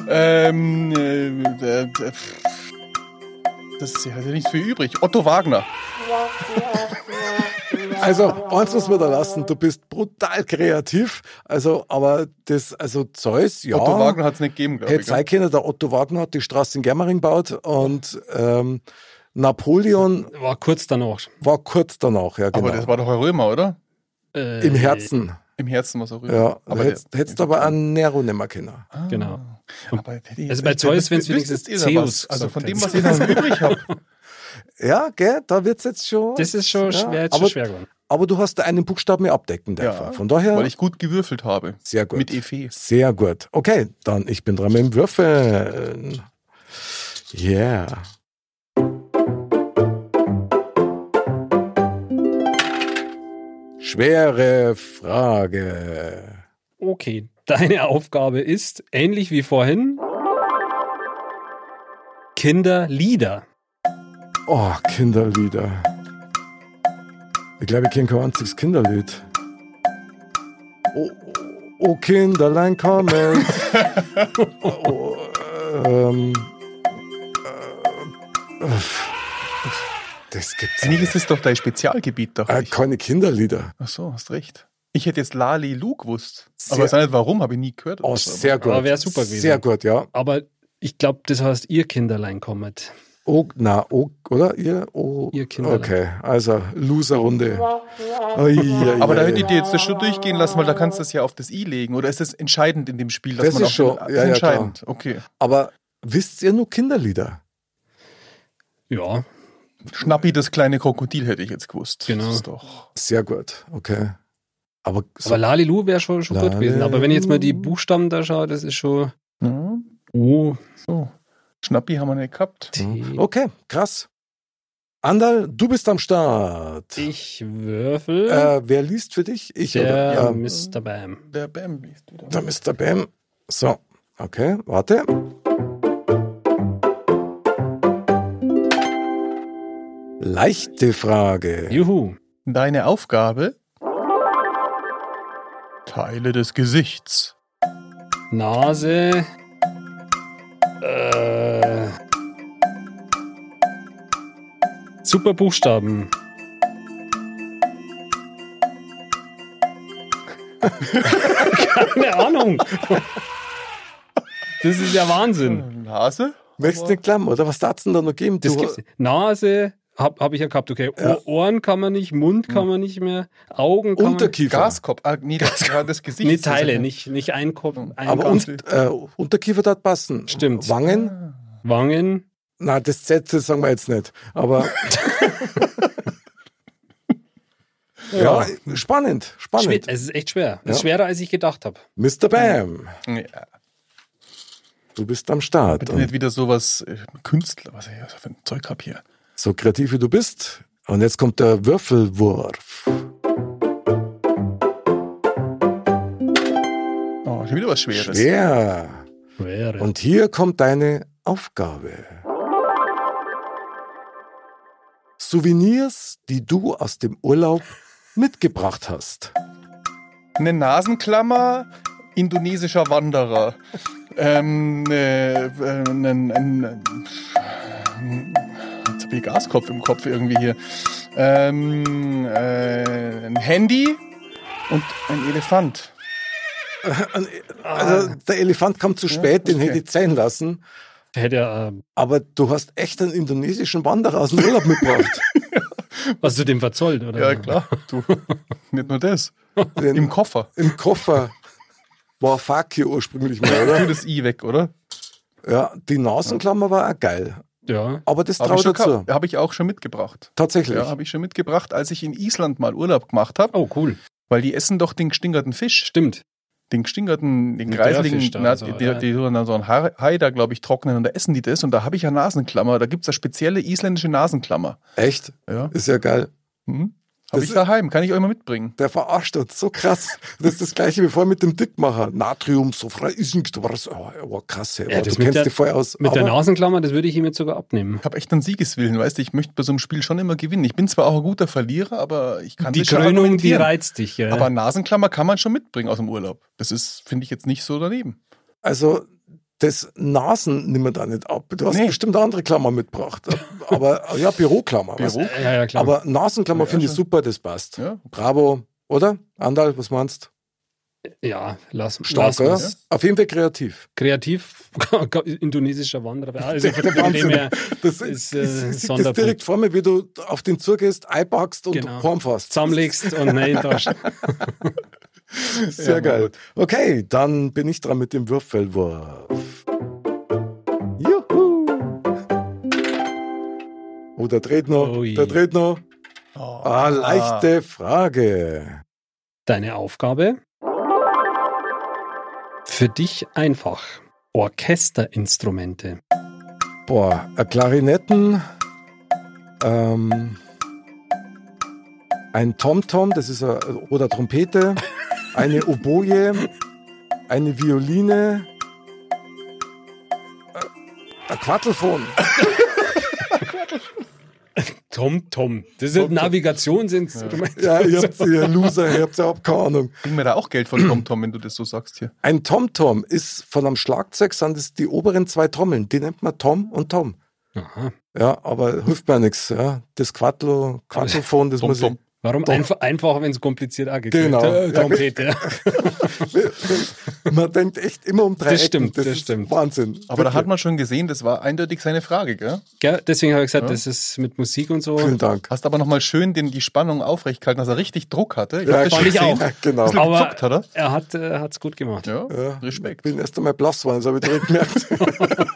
ähm, äh, äh, äh, das ist ja hat ja nichts für übrig. Otto Wagner. Also, eins muss man da lassen, du bist brutal kreativ. Also, aber das, also Zeus, ja. Otto Wagner hat es nicht gegeben, glaube Hätte ich. sein können, der Otto Wagner hat die Straße in Germering gebaut und ähm, Napoleon War kurz danach. war kurz danach, ja genau. Aber das war doch ein Römer, oder? Äh, Im Herzen, Im Herzen was auch immer. ja. aber Hättest der- hättest aber an Nero nicht mehr kennen. Ah. Genau. Aber hätte ich jetzt Also bei echt- Zeus, wenn's wüsstet wenigstens ihr da was? Zeus Also von dem, was gesagt ich [LAUGHS] noch übrig habe. Ja, gell, da wird es jetzt schon. Das ist schon, ja, schwer, jetzt aber, schon schwer geworden. Aber du hast da einen Buchstaben mehr abdecken dürfen. Von daher Weil ich gut gewürfelt habe. sehr gut. Mit EV. Sehr gut. Okay, dann ich bin dran mit dem Würfeln. Yeah. Schwere Frage. Okay, deine [LAUGHS] Aufgabe ist, ähnlich wie vorhin, Kinderlieder. Oh, Kinderlieder. Ich glaube, ich kenne kein einziges Kinderlied. Oh, oh Kinderlein, [LAUGHS] kommen. oh, ähm, äh, das gibt's Eigentlich ist das doch dein Spezialgebiet doch. Äh, keine Kinderlieder. Ach so, hast recht. Ich hätte jetzt Lali Lu gewusst. Sehr- aber ich weiß nicht warum, habe ich nie gehört. Oh, Also, sehr gut. Aber wär super gewesen. Sehr gut, ja. Aber ich glaube, das heißt, ihr Kinderlein kommet. Oh, na, oh, oder? Ihr, oh, Ihr Kinderlein. Okay, also Loser-Runde. Ai, aber da ai, hätte ich ai. dir jetzt das schon durchgehen lassen, weil da kannst du das ja auf das I legen. Oder ist das entscheidend in dem Spiel? Dass Das man ist auf schon- Den, ja, ja, entscheidend. Okay. Aber wisst ihr nur Kinderlieder? Ja, Schnappi, das kleine Krokodil hätte ich jetzt gewusst. Genau. Das ist doch. Sehr gut, okay. Aber, so, aber Lalilu wäre schon, schon gut Lalilu. gewesen. Aber wenn ich jetzt mal die Buchstaben da schaue, das ist schon Ja, Oh. O, so. Schnappi haben wir nicht gehabt. T. Hm. okay, krass. Andal, du bist am Start. Ich würfel. Äh, wer liest für dich? Ich der oder? Ja, Mr. Bam. Der Bam liest wieder. der Mr. Bam. So, okay, warte. Leichte Frage. Juhu. Deine Aufgabe? Teile des Gesichts. Nase. Äh, super Buchstaben. [LAUGHS] Keine Ahnung. Das ist ja Wahnsinn. Hm. Nase? Möchtest du äh, nicht glauben, oder? Was darf es denn da noch geben? Das Du- gibt's nicht. Nase, Habe hab ich ja Hm. gehabt, okay. Oh- Ohren kann man nicht, Mund kann man nicht mehr, Augen kann Unterkiefer. Gaskopf. Ah, [LAUGHS] nee, das war das Gesicht. man nicht. Nee, Teile, nicht, nicht ein Kopf, ein aber ganz- un äh, Unterkiefer dort passen. Stimmt. Wangen? Wangen. Na, das Z das sagen wir jetzt nicht. Aber [LAUGHS] ja, spannend, Schwer, spannend. äh, es ist echt schwer. Es Ja. ist schwerer, als ich gedacht habe. Mr. Bam, Ja, du bist am Start. bitte Und nicht wieder sowas äh, Künstler, was ich was ich für ein Zeug hab hier. so kreativ wie du bist. Und jetzt kommt der Würfelwurf. Oh, schon wieder was Schweres. Schwer. Schwerer. Und hier kommt deine Aufgabe. Souvenirs, die du aus dem Urlaub mitgebracht hast. Eine Nasenklammer, indonesischer Wanderer. Ähm, äh, äh, ein, ein, ein, äh, jetzt hab ich Gaskopf im Kopf irgendwie hier. Ähm, äh, ein Handy und ein Elefant. Also der Elefant kam zu spät, den Ah. okay. hätte ich zählen lassen. hätte ja, äh, Aber du hast echt einen indonesischen Wanderer aus dem Urlaub mitgebracht. was du dem verzollt, oder? Ja, klar. [LAUGHS] Du, nicht nur das. Den [LAUGHS] Im Im, Koffer. Koffer war Fakir ursprünglich mal, [LAUGHS] Tu oder? das I weg, oder? Ja, die Nasenklammer war auch geil. Ja. Aber das Habe traut ich, schon dazu. gehabt. hab ich auch schon mitgebracht. Tatsächlich. Ja, habe ich schon mitgebracht, als ich in Island mal Urlaub gemacht habe, Oh, cool. weil die essen doch den gestingerten Fisch. Stimmt. Den gestingerten, den Und kreiseligen, der Fisch da na, und so, die, ja. die, die tun dann so einen Ha- Hai da, glaube ich, trocknen und da essen die das und da habe ich ja Nasenklammer. Da gibt es eine spezielle isländische Nasenklammer. Echt? Ja. Ist ja geil. Hm? Das Habe ich ist- daheim, kann ich euch mal mitbringen. Der verarscht uns so krass. Das ist das gleiche wie vorher mit dem Dickmacher. Natrium, so frei ist nicht. Du warst, oh, oh, krass, ey. Ja, du das mit kennst der- dich voll aus. Mit der Aber Nasenklammer, das würde ich ihm jetzt sogar abnehmen. Ich habe echt einen Siegeswillen, weißt du, ich möchte bei so einem Spiel schon immer gewinnen. Ich bin zwar auch ein guter Verlierer, aber ich kann Die das schon Krönung, die argumentieren. reizt dich, ja. Aber Nasenklammer kann man schon mitbringen aus dem Urlaub. Das ist, finde ich, jetzt nicht so daneben. also, das Nasen nimmt man da nicht ab. Du hast Nee. bestimmt eine andere Klammer mitgebracht. Aber, ja, Büroklammer. weißt du? ja, ja, klar. Aber Nasenklammer Ja, finde ich schon. super, das passt. Ja. Bravo, oder? Andal, was meinst ja, lass, Stark, lass oder? uns. Auf jeden Fall kreativ. [LAUGHS] Kreativ, indonesischer [LAUGHS] Wanderer. Also von Der von dem Wahnsinn. her, Das ist, Ist, äh, ist, ist das Sonderpunkt. direkt vor mir, wie du auf den zugehst, einpackst und Genau. Horn fasst. zusammenlegst und nein, Taschen. [LAUGHS] Sehr Ja, na geil. gut. Okay, dann bin ich dran mit dem Würfelwurf. Juhu! Oh, der dreht noch. Ui. Der dreht noch. Oh. Ah, leichte Frage. Deine Aufgabe? Für dich einfach. Orchesterinstrumente. Boah, äh, Klarinetten. Ähm, ein Tomtom, das ist eine, oder Trompete. Eine Oboe. Eine Violine. äh, Ein Quattelfon. Tom, Tom. Das sind Navigationsinstrumente. Ja, ihr habt ihr Loser, ihr habt ja überhaupt keine Ahnung. Kriegen wir Ah, da auch Geld von TomTom, wenn du das so sagst hier. Ein Tomtom ist von einem Schlagzeug, sind es die oberen zwei Trommeln. Die nennt man Tom und Tom. Aha. Ja, aber hilft mir nichts. Ja. Das Quattlo, Quattelfon, das muss ich. TomTom. Warum einf einfacher, wenn es kompliziert angeht? Genau. Äh, Trompete. Man denkt echt immer um drei Das Ecken. stimmt, das ist stimmt. Wahnsinn. Aber da Wirklich. hat man schon gesehen, das war eindeutig seine Frage, gell? Gell? Deswegen habe ich gesagt, Ja. das ist mit Musik und so. Vielen Dank. Hast aber nochmal schön den, die Spannung aufrecht gehalten, dass er richtig Druck Ja, hatte. hab das fand schon ich auch. gesehen. Ja, [LAUGHS] genau. Bisschen Aber- gezuckt hat er. Er hat es gut gemacht. Ja, Ja. Respekt. Bin erst einmal blass geworden, das habe ich direkt gemerkt.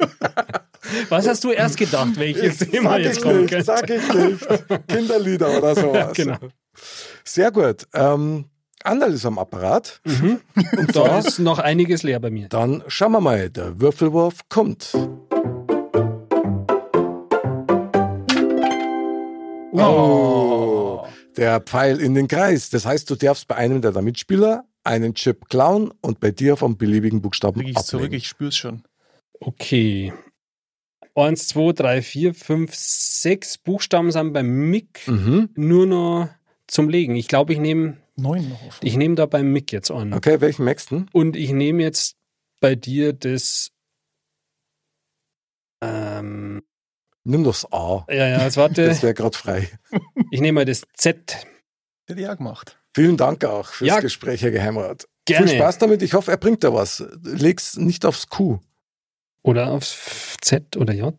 Was hast du erst gedacht, welches Thema sag [LAUGHS] jetzt ich kommt? nicht, gell? sag ich nicht. Kinderlieder oder sowas. Ja, [LAUGHS] genau. Sehr gut. Ähm, Anderl ist am Apparat. [LAUGHS] Und Mhm. Da zwar ist noch einiges leer bei mir. Dann schauen wir mal, der Würfelwurf kommt. Oh. Der Pfeil in den Kreis. Das heißt, du darfst bei einem deiner Mitspieler einen Chip klauen und bei dir vom beliebigen Buchstaben Krieg ich's zurück, ablegen. ich spür's schon. Okay. Eins, zwei, drei, vier, fünf, sechs Buchstaben sind beim Mick Mhm. nur noch zum Legen. Ich glaube, ich nehme Neun noch auf. ich nehm da beim Mick jetzt an. Okay, welchen merkst du? Und ich nehme jetzt bei dir das. Ähm, Nimm doch das A. ja, ja, jetzt warte. Das wäre gerade frei. Ich nehme mal das Z. Hätte ich auch gemacht. Vielen Dank auch fürs Ja. Gespräch, Herr Geheimrat. Gerne. Viel Spaß damit. Ich hoffe, er bringt da was. Leg's nicht aufs Q. Oder aufs Z oder J.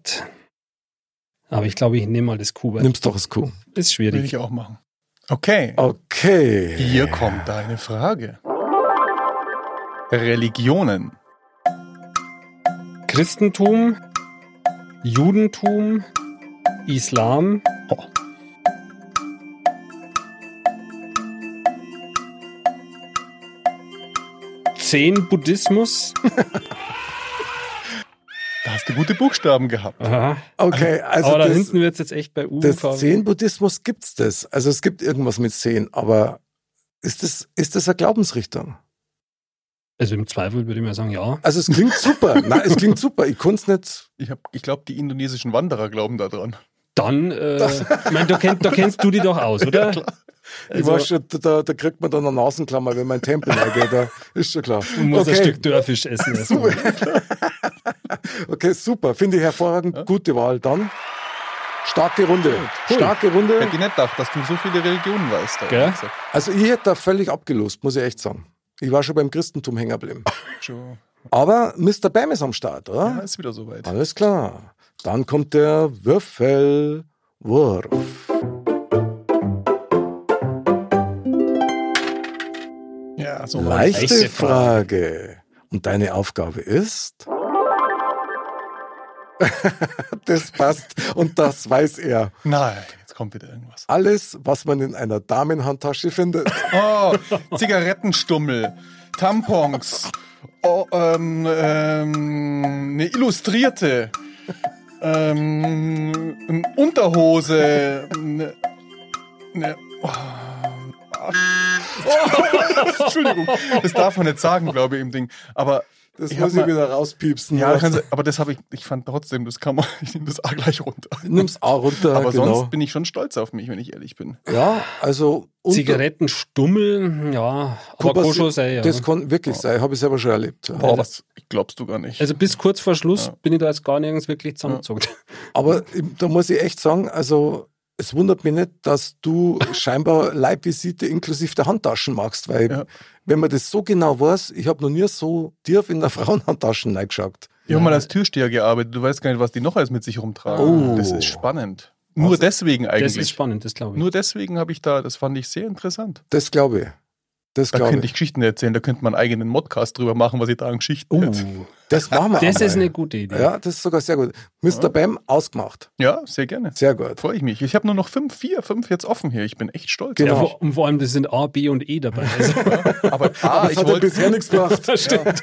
Aber ich glaube, ich nehme mal das Kuba. Nimmst doch das Q. Ist Will schwierig. ich auch machen. Okay. Okay. Hier kommt deine Frage. Religionen. Christentum, Judentum, Islam. Zehn Buddhismus. Da hast du gute Buchstaben gehabt. Aha. Okay, also aber da das, hinten wird es jetzt echt bei U. das Fabi. 10 Buddhismus gibt's das. Also es gibt irgendwas mit 10, aber ist das, ist das eine Glaubensrichtung? Also im Zweifel würde ich mal sagen, ja. Also es klingt [LAUGHS] super. Nein, es klingt super. Ich konnte es nicht. Ich, hab- ich glaube, die indonesischen Wanderer glauben da dran. [LAUGHS] Dann, äh, ich meine, da, kenn, da kennst du die doch aus, oder? Also Ich war schon, da, da kriegt man dann eine Nasenklammer, wenn mein Tempel reingeht. Da ist schon klar. du musst ein Okay. Stück Dörrfisch essen. erstmal. Okay, super. Finde ich hervorragend. Gute Wahl. Dann starke Runde. cool. Starke Runde. Hätte ich nicht gedacht, dass du so viele Religionen weißt. ehrlich Gell? gesagt. Also ich hätte da völlig abgelost, muss ich echt sagen. Ich war schon beim Christentum hängen geblieben. Schon. Aber Mr. Bam ist am Start, Ja, oder? ist wieder soweit. Alles klar. Dann kommt der Oh, Würfelwurf. Ja, so war ich. Leichte leichte Frage. Und deine Aufgabe ist? [LAUGHS] das passt und das weiß er. Nein, jetzt kommt wieder irgendwas. Alles, was man in einer Damenhandtasche findet. Oh, Zigarettenstummel, Tampons, oh, ähm, ähm, eine Illustrierte, ähm, eine Unterhose, eine, eine, oh, oh, Entschuldigung, das darf man nicht sagen, glaube ich, im Ding. Aber Das Ich hab muss ich mal- wieder rauspiepsen. ja, kannst, du- aber das habe ich, ich fand trotzdem, das kann man, [LAUGHS] ich nehme das A gleich runter. Nimm's auch runter, Aber genau. sonst bin ich schon stolz auf mich, wenn ich ehrlich bin. ja, also unter- Zigarettenstummel, ja. Aber Kubas- Kosho sei ja. Das kann wirklich sein, habe ich selber schon erlebt. ja. Boah, Äh, das glaubst du gar nicht. Also bis kurz vor Schluss Ja. bin ich da jetzt gar nirgends wirklich zusammengezogen. Aber im- da muss ich echt sagen, also es wundert mich nicht, dass du [LAUGHS] scheinbar Leibvisite inklusive der Handtaschen magst, weil Ja. wenn man das so genau weiß, ich habe noch nie so tief in der [LAUGHS] Frauenhandtaschen reingeschaut. Ich habe mal als Türsteher gearbeitet. Du weißt gar nicht, was die noch alles mit sich rumtragen. Oh. Also, Das ist spannend. Nur deswegen Das ist eigentlich. spannend, das glaube ich. Nur deswegen habe ich da, das fand ich sehr interessant. Das glaube ich. Das Da glaube könnte ich. ich Geschichten erzählen, da könnte man einen eigenen Modcast drüber machen, was ich da an Geschichten Oh, hätte. Uh, Das machen wir das einmal. ist eine gute Idee. Ja, das ist sogar sehr gut. Mr. Bam, ausgemacht. Ja, sehr gerne. Sehr gut. Freue ich mich. Ich habe nur noch fünf, vier, fünf jetzt offen hier. Ich bin echt stolz. Ja, Genau. vor, und vor allem, das sind A, B und E dabei. Also, [LAUGHS] Aber ah, Das ich hat ja wollte [LAUGHS] bisher nichts gebracht. das stimmt.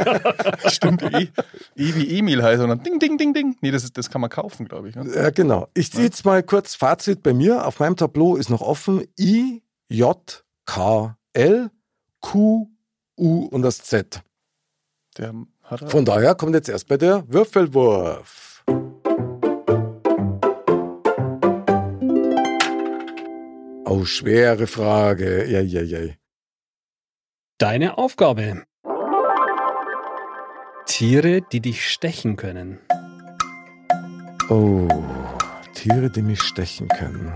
stimmt eh, eh wie Emil heißt und dann ding, ding, ding, ding. Nee, das, ist, das kann man kaufen, glaube ich. Ne? Ja, genau. Ich ziehe jetzt mal kurz Fazit bei mir. Auf meinem Tableau ist noch offen I, J, K, L, Q, U und das Z. Der hat Von daher kommt jetzt erst bei der Würfelwurf. Oh, schwere Frage. Ja, ja, ja. Deine Aufgabe. Tiere, die dich stechen können. Oh, Tiere, die mich stechen können.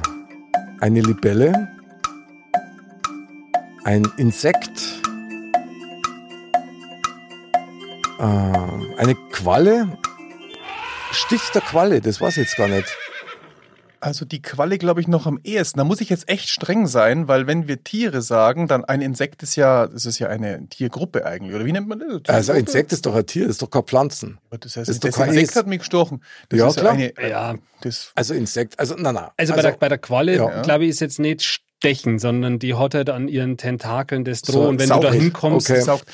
Eine Libelle, ein Insekt, ähm, eine Qualle. Stich der Qualle, das weiß ich jetzt gar nicht. Also die Qualle glaube ich noch am ehesten. Da muss ich jetzt echt streng sein, weil wenn wir Tiere sagen, dann ein Insekt ist ja, das ist ja eine Tiergruppe eigentlich. Oder wie nennt man das? Also ein Insekt ist doch ein Tier, ist doch keine Pflanzen. Das, heißt, ist doch das kein Insekt Es. hat mich gestochen. Das Ja, ist klar. Eine, Ja. Das, Also Insekt, also na na. Also, bei, der, bei der Qualle, Ja. glaube ich, ist jetzt nicht stechen, sondern die hat halt an ihren Tentakeln das Droh. So, und wenn saugt. du da hinkommst, Okay. das saugt.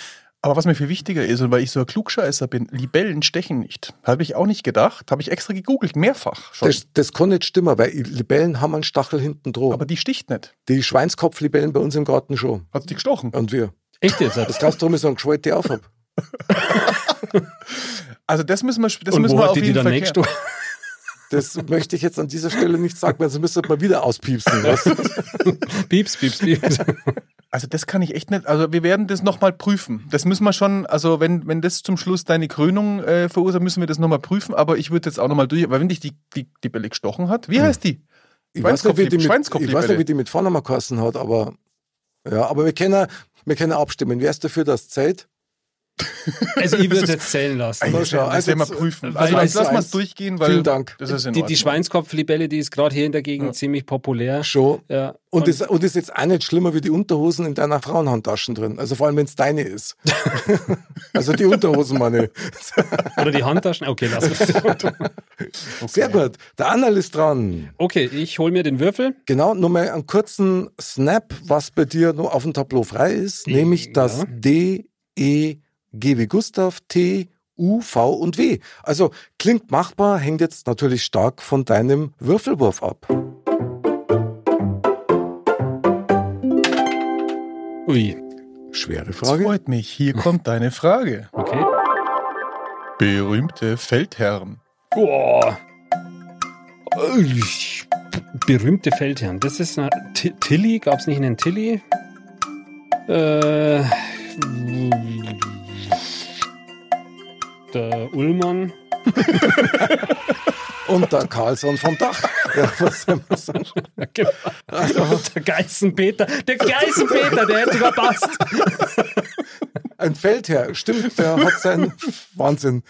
Aber was mir viel wichtiger ist, und weil ich so ein Klugscheißer bin, Libellen stechen nicht. Habe ich auch nicht gedacht. Habe ich extra gegoogelt, mehrfach schon. das, das kann nicht stimmen, weil Libellen haben einen Stachel hinten drauf. Aber die sticht nicht. Die Schweinskopflibellen bei uns im Garten schon. Hat die gestochen. Und wir. echt jetzt. Das kannst du mir sagen, geschwollt die auf hab. Also das müssen wir, das und müssen wo wir hat auf die die jeden dann Fall nächstes klären. Das möchte ich jetzt an dieser Stelle nicht sagen, weil sonst müsste man wieder auspiepsen. Weißt? du? [LAUGHS] Pieps, pieps, pieps. Also das kann ich echt nicht. Also wir werden das nochmal prüfen. Das müssen wir schon, also wenn, wenn das zum Schluss deine Krönung äh, verursacht, müssen wir das nochmal prüfen. Aber ich würde jetzt auch nochmal durch, weil wenn dich die, die, die Bälle gestochen hat, Hm. wie heißt die? Ich weiß, nicht, wie die mit, Schweinskopfli- ich weiß nicht, wie die mit Vornamen geheißen hat, aber ja, aber wir können, wir können abstimmen. Wer ist dafür, dass Zeit? Also ich würde es jetzt zählen lassen. Na Das schau, werden also wir mal jetzt, prüfen. äh, eins Also lass zu lass mal eins. es durchgehen, weil Vielen Dank. das ist in Die, Ordnung. die Schweinskopflibelle, die ist gerade hier in der Gegend ziemlich populär. Schon. Ja. Und ist, und ist jetzt auch nicht schlimmer wie die Unterhosen in deiner Frauenhandtaschen drin. Also vor allem, wenn es deine ist. also die Unterhosen, meine. Oder die Handtaschen. Okay, lass [LAUGHS] uns. Sehr gut. Der Annal ist dran. Okay, ich hole mir den Würfel. Genau, nur mal einen kurzen Snap, was bei dir nur auf dem Tableau frei ist, nämlich das ja. D, E, G wie Gustav, T, U, V und W. Also klingt machbar, hängt jetzt natürlich stark von deinem Würfelwurf ab. Ui. Schwere Das Frage. freut mich. Hier Hm. kommt deine Frage. Okay. Berühmte Feldherren. Boah. Ui. Berühmte Feldherren. Das ist eine T Tilly. Gab es nicht einen Tilly? Äh, der Ullmann. Und der Karlsson vom Dach. Ja, was soll man sagen? Also, Der Geißenpeter. Der Geißenpeter, der hätte sogar passt. Ein Feldherr, stimmt, der hat seinen Wahnsinn.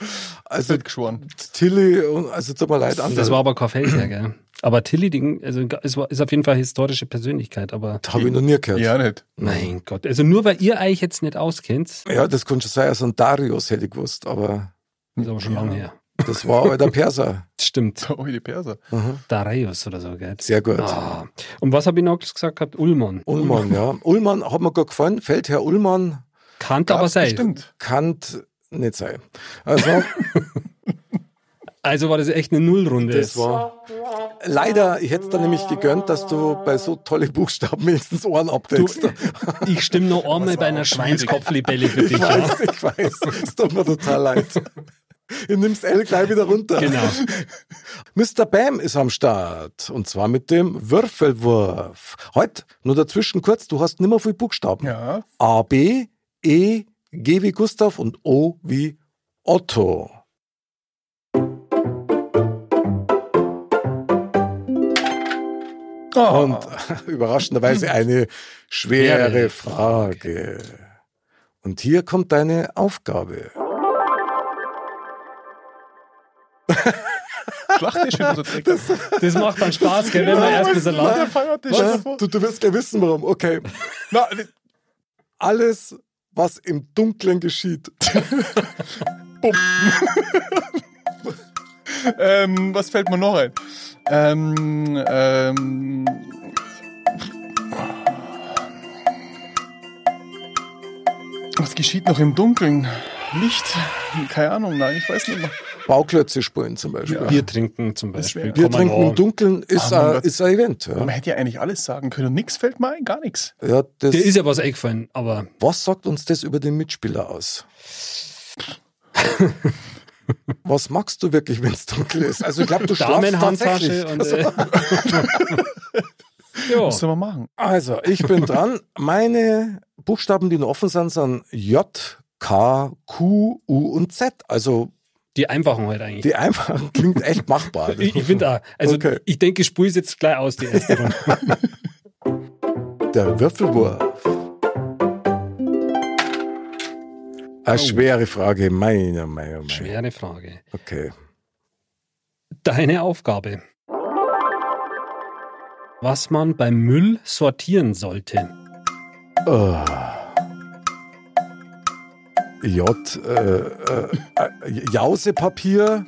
Also Wird geschworen. Tilly, und- also tut mir leid, Anderl. Das war aber kein Feldherr, gell? Aber Tilly, die- also es war- ist auf jeden Fall historische Persönlichkeit, aber habe ich noch nie gehört. Ja, nicht. mein Gott. Also nur weil ihr euch jetzt nicht auskennt, Ja, das konnte schon sein, also ein Darius hätte ich gewusst, aber ist aber schon Ja. lange her. das war aber der Perser. Stimmt. Oh, die Perser. Mhm. Darius oder so, gell? Sehr gut. Ah. Und was habe ich noch gesagt gehabt? Ullmann. Ullmann, ja. Ullmann hat mir gut gefallen. Feldherr Ullmann Kannte aber Gab's sein. Bestimmt. kann nicht sein. [LAUGHS] Also, Also war das echt eine Nullrunde. das war. Leider, ich hätte es dir nämlich gegönnt, dass du bei so tolle Buchstaben wenigstens Ohren du, abdeckst. ich stimme noch einmal Das war bei einer auch Schweinskopflibelle für dich. Ich Ja. weiß, ich weiß. Es tut mir total leid. Ich nimm's L gleich wieder runter. Genau. Mr. Bam ist am Start. Und zwar mit dem Würfelwurf. Heute, nur dazwischen kurz, du hast nimmer viel Buchstaben. [LAUGHS] Ja. A, B, E, G wie Gustav und O wie Otto. Ah. Und [LAUGHS] überraschenderweise eine schwere Schwere Frage. Und hier kommt deine Aufgabe. Schlachtisch wieder so direkt. Das Das macht dann Spaß, gell, wenn [LAUGHS] man erst ein bisschen lacht. Feiertisch. Ja, du, du wirst gleich wissen, warum. Okay. Na, Alles, was im Dunklen geschieht. ähm, was fällt mir noch ein? Ähm, ähm, was geschieht noch im Dunkeln? Licht? Keine Ahnung, nein, ich weiß nicht mehr. Bauklötze spielen zum Beispiel. Bier trinken zum Das wär- Beispiel. Bier Kann man trinken im auch. Dunkeln ist, Ah, mein ein- Gott. ist ein Event. Ja. Man hätte ja eigentlich alles sagen können. Nix fällt mir ein, gar nichts. Ja, das, Dir ist ja was eingefallen, aber was sagt uns das über den Mitspieler aus? was magst du wirklich, wenn es dunkel ist? Also ich glaube, du schlafst tatsächlich. Damenhandtasche und. Äh, [LAUGHS] ja. Was soll man machen? Also, ich bin dran. Meine Buchstaben, die noch offen sind, sind J, K, Q, U und Z. Also, Die einfachen halt eigentlich. die einfach klingt echt machbar. ich ich finde auch. Also Okay. ich denke, ich spule es jetzt gleich aus, die erste Runde. [LAUGHS] Der Würfelwurf. Eine schwere Frage, meiner Meinung nach. Schwere Frage. Okay. Deine Aufgabe. Was man beim Müll sortieren sollte. Oh. J, äh, äh, äh, Jausepapier,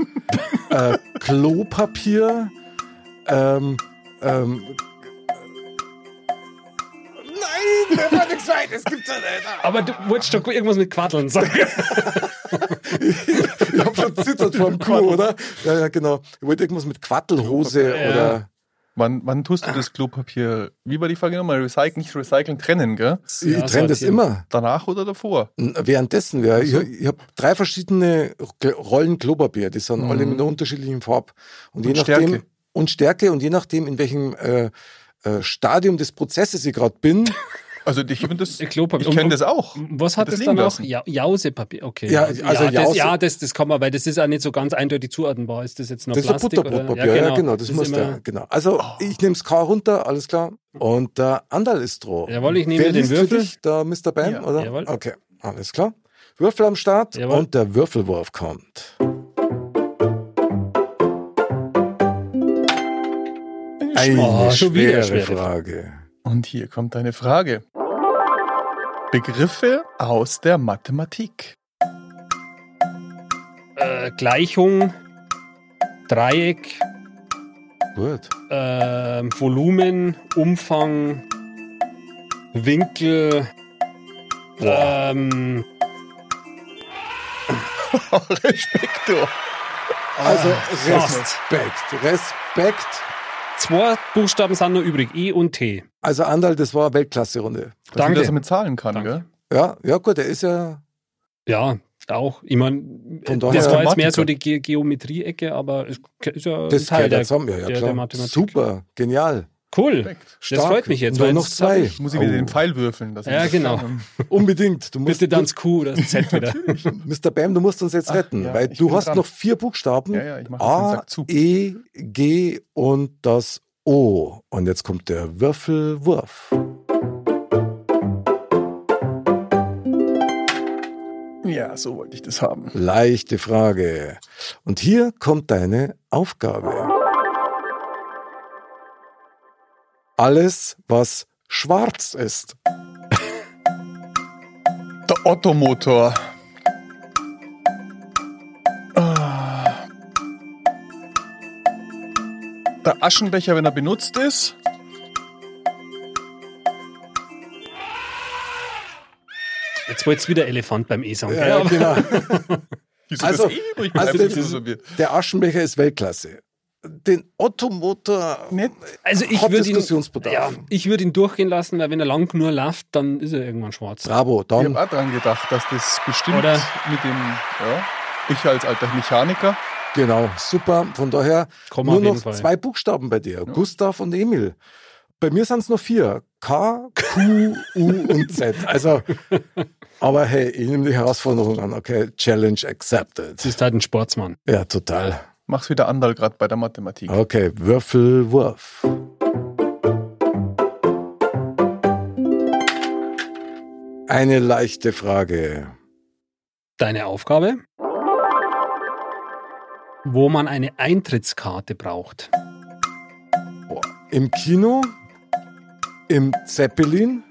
äh, Klopapier, ähm, ähm, Nein, mir war nichts weit, es gibt's ja nicht. Aber du wolltest doch irgendwas mit Quaddeln [LAUGHS] sagen. [LAUGHS] Ich hab schon zittert vor dem Kuh, oder? Ja, ja, genau. Ich wollte irgendwas mit Quattelhose Ja. oder. Wann, wann tust du Ah. das Klopapier? Wie war die Frage nochmal? Recyceln, nicht recyceln, trennen, gell? Ich Ja, trenne das sortieren. immer. Danach oder davor? N- Währenddessen, ja. Also? Ich, ich habe drei verschiedene Gl- Rollen Klopapier, die sind alle Mhm. mit einer unterschiedlichen Farbe. Und, je Und nachdem Stärke. und Stärke und je nachdem, in welchem äh, äh, Stadium des Prozesses ich gerade [LAUGHS] bin, Also ich finde das. Äh, Klopapier. Ich kenne das auch. um- Was hat Das das liegen dann auch? lassen. Ja, Jausepapier, okay. Ja, also ja, das, Jause- ja das, das kann man, weil das ist auch nicht so ganz eindeutig zuordnenbar. Ist das jetzt noch das ist ein Plastik? Butterbrotpapier. Ja, genau. das, muss der. Genau. Also Oh. ich nehme das K runter, alles klar. Und der Andal ist dran. Jawohl, ich nehme Wer den liest für Würfel. Dich? Der Mr. Bam, Ja, oder? jawohl. Okay, alles klar. Würfel am Start Jawohl. und der Würfelwurf kommt. Eine Oh, schon schwere, wieder schwere Frage. Und hier kommt eine Frage. Begriffe aus der Mathematik. [LAUGHS] Äh, Gleichung, Dreieck, Gut. ähm, Volumen, Umfang, Winkel, ähm, Oh, Respektor. Also Ah, fast. Respekt, Respekt. zwei Buchstaben sind nur übrig, E und T. Also Andal, das war eine Weltklasse-Runde. Danke. Dass er Danke. mit Zahlen kann, Danke. gell? Ja, ja gut, er ist ja Ja, auch. Ich meine, Von daher- halt. das war jetzt mehr Mathematiker. so die Ge Geometrie-ecke, aber es ist ja das Teil gehört der, zusammen. Ja, ja, der, der klar. Mathematik. Super, genial. Cool. Perfekt. Das freut mich jetzt, Nur weil noch jetzt hab zwei. ich- Muss ich wieder Oh. den Pfeil würfeln. dass ich Ja, das genau. kann. Unbedingt. Du musst, Bitte dann das Q oder das Z wieder. Mr. Bam, du musst uns jetzt Ach, retten, ja, weil ich du bin hast dran. noch vier Buchstaben. Ja, ja, ich mache jetzt den A, Sack zu. E, G und das O. Und jetzt kommt der Würfelwurf. Ja, so wollte ich das haben. Leichte Frage. Und hier kommt deine Aufgabe. Alles, was schwarz ist. Der Ottomotor. Ah. Der Aschenbecher, wenn er benutzt ist. Jetzt wollt's wieder Elefant beim E sagen. Ja, gell? genau. Wieso Also- das eh? Ich bin also einfach das- so verwirrt. [LAUGHS] Der Aschenbecher ist Weltklasse. Den Ottomotor Nicht? Also ich hat würde ihn, Diskussionsbedarf. ja, ich würd ihn durchgehen lassen, weil wenn er lang nur läuft, dann ist er irgendwann schwarz. Bravo, Ich dann habe auch dran gedacht, dass das bestimmt Oder? mit dem, ja, ich als alter Mechaniker, genau, super. Von daher Komm nur auf jeden noch Fall. zwei Buchstaben bei dir, Gustav und Emil. Bei mir sind es nur vier. K, Q, U und Z. Also, aber hey, ich nehme die Herausforderung an. Okay, Challenge Das accepted. ist halt ein Sportsmann. Ja, total. mach's wieder Andal gerade bei der Mathematik. Okay, Würfelwurf. Eine leichte Frage. Deine Aufgabe? Wo man eine Eintrittskarte braucht. Im Kino, im Zeppelin,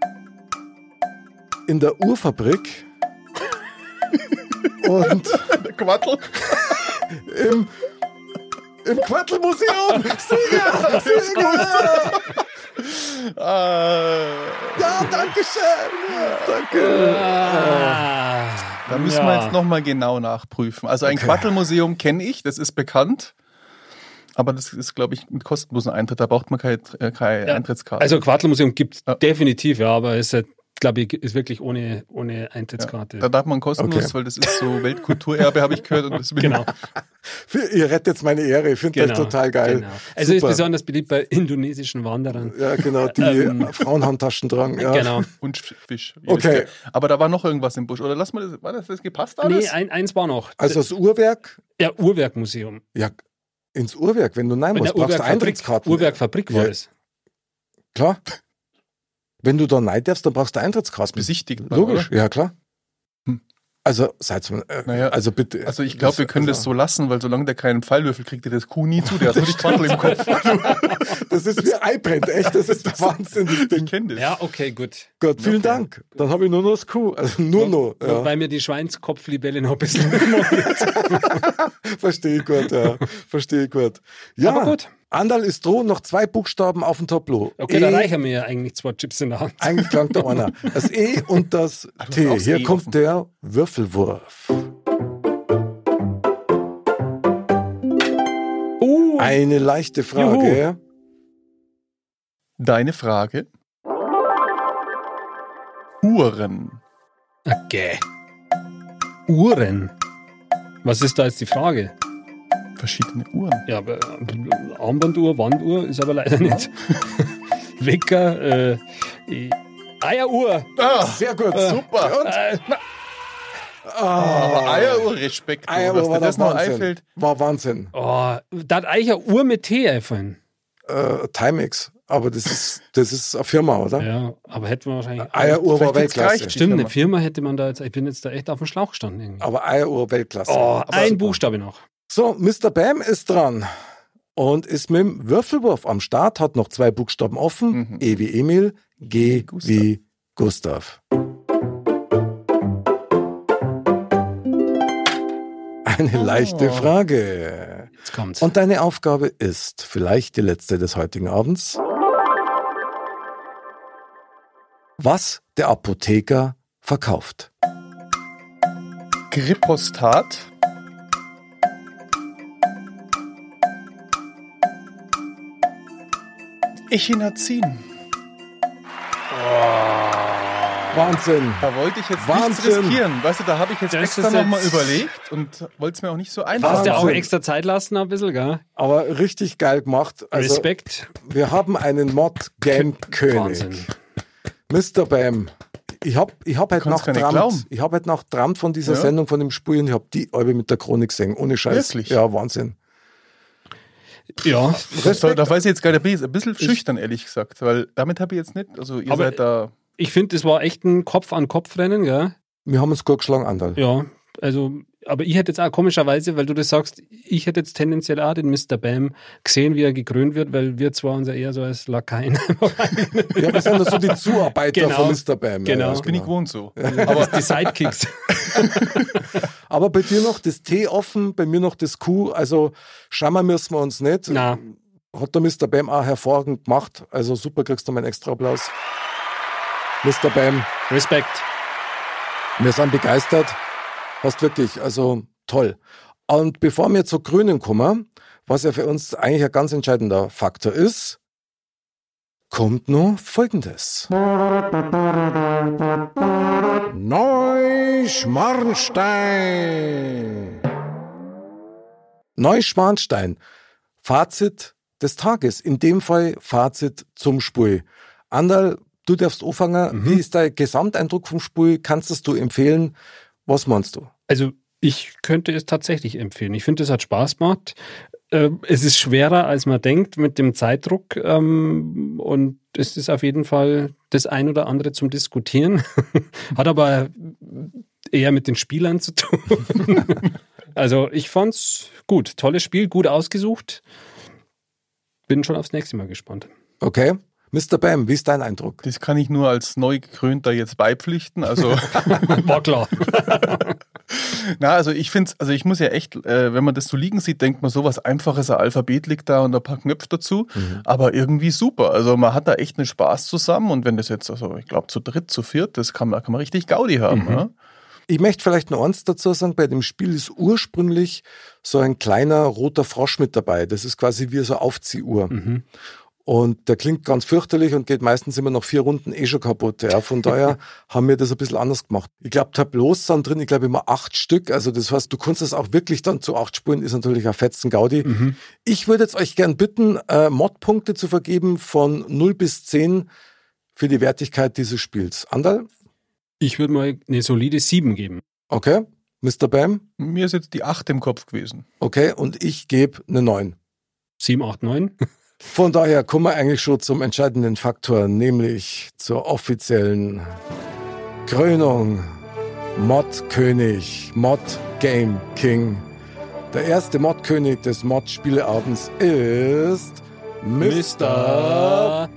in der [LAUGHS] Uhrfabrik und Der Quattel. im, im Quartelmuseum. Sieger! Sieger! Ah. Ja, danke schön. Ja, Ah. danke. Ah. Da müssen wir jetzt nochmal genau nachprüfen. Also ein Quattelmuseum kenne ich, das ist bekannt. Aber das ist, glaube ich, mit kostenlosen Eintritt. Da braucht man keine, äh, keine Ja. Eintrittskarte. Also Quaddelmuseum gibt es Ja. definitiv, ja, aber es ist, glaube ich, ist wirklich ohne, ohne Eintrittskarte. da darf man kostenlos, Okay. weil das ist so Weltkulturerbe, habe ich gehört. Und das Genau, Ihr rettet jetzt meine Ehre. Ich finde genau. das total geil. Genau. Also ist Super. besonders beliebt bei indonesischen Wanderern. Ja, genau, [LAUGHS] die Frauenhandtaschen tragen. Ja. Ähm. [LAUGHS] Genau. [LAUGHS] Und Fisch. ihr Okay. wisst ja. Aber da war noch irgendwas im Busch. Oder lass mal das, war das, das gepasst Nee, alles? ein, eins war noch. Also das Uhrwerk, ja, Uhrwerkmuseum. ja, ins Uhrwerk, wenn du nein Bei musst, der brauchst du Uhrwerkfabrik, Eintrittskarten. Uhrwerkfabrik war Ja. das. Klar. Wenn du da nein darfst, dann brauchst du Eintrittskarten. Besichtigt man, Logisch, ja klar. Hm. Also, seid äh, Naja, also bitte. Also ich glaube, wir können das so lassen, weil solange der keinen Pfeilwürfel kriegt, der das Kuh nie zu. Der hat nur die Quattel im Kopf. Das ist wie Eibrennt, echt. Das [LAUGHS] ist der Wahnsinn, das Ich Ding. kenne das. Ja, okay, gut. Gott, vielen Okay. Dank. Dann habe ich nur noch das Q. Also nur noch. Ja. Weil mir die Schweinskopflibelle noch ein bisschen. [LAUGHS] Verstehe ich gut, ja. Verstehe ich gut. Ja, [LAUGHS] Aber gut. Andal ist drohen, noch zwei Buchstaben auf dem Tableau. Okay, da E, reichen mir ja eigentlich zwei Chips in der Hand. Eigentlich klang der einer. Das E [LAUGHS] und das du hast auch T. das Hier E kommt offen. der Würfelwurf. Oh, Eine leichte Frage. Deine Frage? Uhren. okay. Uhren. Was ist da jetzt die Frage? Verschiedene Uhren. Ja, aber äh, Armbanduhr, Wanduhr ist aber leider nicht. Wecker, äh, äh, Eieruhr. Ah, Sehr gut, super. Und? Äh, aber Eieruhr, Respekt. Eieruhr dass dir war das das noch Wahnsinn. einfällt. War Wahnsinn. oh, da hat eigentlich eine Uhr mit T einfallen. Äh, Timex. aber das ist, das ist eine Firma, oder? Ja, aber hätten wir wahrscheinlich. Eieruhr war Vielleicht jetzt Weltklasse. gleich- Stimmt, eine Firma hätte man da jetzt. Ich bin jetzt da echt auf dem Schlauch gestanden. Irgendwie. Aber Eieruhr Weltklasse. Oh, Aber ein super. Buchstabe noch. So, Mr. Bam ist dran und ist mit dem Würfelwurf am Start, hat noch zwei Buchstaben offen. Mhm. E wie Emil, G Gustav. E wie Gustav. Eine Oh. leichte Frage. Jetzt kommt's. Und deine Aufgabe ist, vielleicht die letzte des heutigen Abends, was der Apotheker verkauft. Gripostat. Echinazin. Wahnsinn. Da wollte ich jetzt Wahnsinn. nichts riskieren. Weißt du, da habe ich jetzt Das extra ist nochmal jetzt- überlegt und wollte es mir auch nicht so Du hast einfach ja auch Wahnsinn. extra Zeit lassen, ein bisschen, gell? Aber richtig geil gemacht. Also, Respekt. Wir haben einen Mod-Game-König. Wahnsinn. Mr. Bam. Ich hab, ich hab halt Kannst nach gar nicht Trant, glauben. ich hab halt nach Trant von dieser Ja. Sendung von dem Spiel und ich hab die Albe mit der Chronik gesehen. Ohne Scheiß. Wirklich? Ja, Wahnsinn. Ja, Das soll, da weiß ich jetzt gar nicht, da bin ich ein bisschen schüchtern, ehrlich gesagt, weil damit habe ich jetzt nicht, also ihr Aber- seid da, ich finde, es war echt ein Kopf-an-Kopf-Rennen, gell? Wir haben uns gut geschlagen, Anderl. Ja, also, aber ich hätte jetzt auch komischerweise, weil du das sagst, ich hätte jetzt tendenziell auch den Mr. Bam gesehen, wie er gekrönt wird, weil wir zwar uns ja eher so als Lakaien. Ja, wir sind ja so die Zuarbeiter Genau. von Mr. Bam. Genau. Ja, ja, das bin ich gewohnt so. aber [LAUGHS] die Sidekicks. Aber bei dir noch das T offen, bei mir noch das Q. Also schauen wir müssen wir uns nicht. Na, Hat der Mr. Bam auch hervorragend gemacht. Also super, kriegst du meinen extra Applaus. Mr. Bam, Respekt. Wir sind begeistert. Hast wirklich, also toll. Und bevor wir zu Grünen kommen, was ja für uns eigentlich ein ganz entscheidender Faktor ist, kommt nur Folgendes. Neuschmarnstein. Neuschmarnstein. Fazit des Tages. In dem Fall Fazit zum Spiel. Anderl, du darfst anfangen. Mhm. Wie ist dein Gesamteindruck vom Spiel? Kannst es du empfehlen? Was meinst du? Also ich könnte es tatsächlich empfehlen. Ich finde, es hat Spaß gemacht. Ähm, Es ist schwerer, als man denkt, mit dem Zeitdruck. ähm, Und es ist auf jeden Fall das ein oder andere zum Diskutieren. [LAUGHS] Hat aber eher mit den Spielern zu tun. [LAUGHS] Also ich fand's gut. Tolles Spiel, gut ausgesucht. Bin schon aufs nächste Mal gespannt. Okay. Mr. Bam, wie ist dein Eindruck? Das kann ich nur als neu gekrönter jetzt beipflichten, also [LAUGHS] War klar. Na, also ich finde also ich muss ja echt, äh, wenn man das so liegen sieht, denkt man, so was Einfaches, ein Alphabet liegt da und ein paar Knöpfe dazu. Aber irgendwie super. Also man hat da echt einen Spaß zusammen und wenn das jetzt, also ich glaube, zu dritt, zu viert, das kann, man- kann man richtig Gaudi haben. Ja? Ich möchte vielleicht noch eins dazu sagen, bei dem Spiel ist ursprünglich so ein kleiner roter Frosch mit dabei. Das ist quasi wie so eine Aufziehuhr. Mhm. Und der klingt ganz fürchterlich und geht meistens immer nach vier Runden eh schon kaputt. Ja. Von [LAUGHS] daher haben wir das ein bisschen anders gemacht. Ich glaube, Tableaus sind drin, ich glaube immer acht Stück. Also das heißt, du kannst das auch wirklich dann zu acht Spuren, ist natürlich ein fetzen Gaudi. Mhm. Ich würde jetzt euch gern bitten, äh, Mod-Punkte zu vergeben von 0 bis 10 für die Wertigkeit dieses Spiels. Andal? Ich würde mal eine solide 7 geben. Okay. Mr. Bam? Mir ist jetzt die Acht im Kopf gewesen. Okay. Und ich gebe eine 9. 7, 8, 9. Von daher kommen wir eigentlich schon zum entscheidenden Faktor, nämlich zur offiziellen Krönung. Mod-König, Mod-Game-King. Der erste Mod-König des Mod-Spieleabends ist Mr.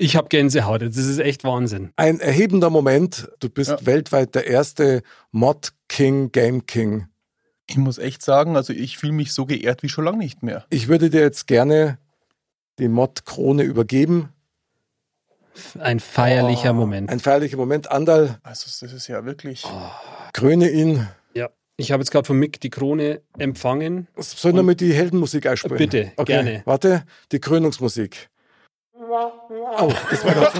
Ich habe Gänsehaut, das ist echt Wahnsinn. Ein erhebender Moment. Du bist Ja. weltweit der erste Mod-King, Game-King. Ich muss echt sagen, also ich fühle mich so geehrt wie schon lange nicht mehr. Ich würde dir jetzt gerne die Mod-Krone übergeben. Ein feierlicher Moment. Ein feierlicher Moment. Andal, Also das ist ja wirklich. kröne ihn. Ja. Ich habe jetzt gerade von Mick die Krone empfangen. Sollen wir mit die Heldenmusik einspielen? Bitte, okay. gerne. Warte, die Krönungsmusik. Oh, das war der,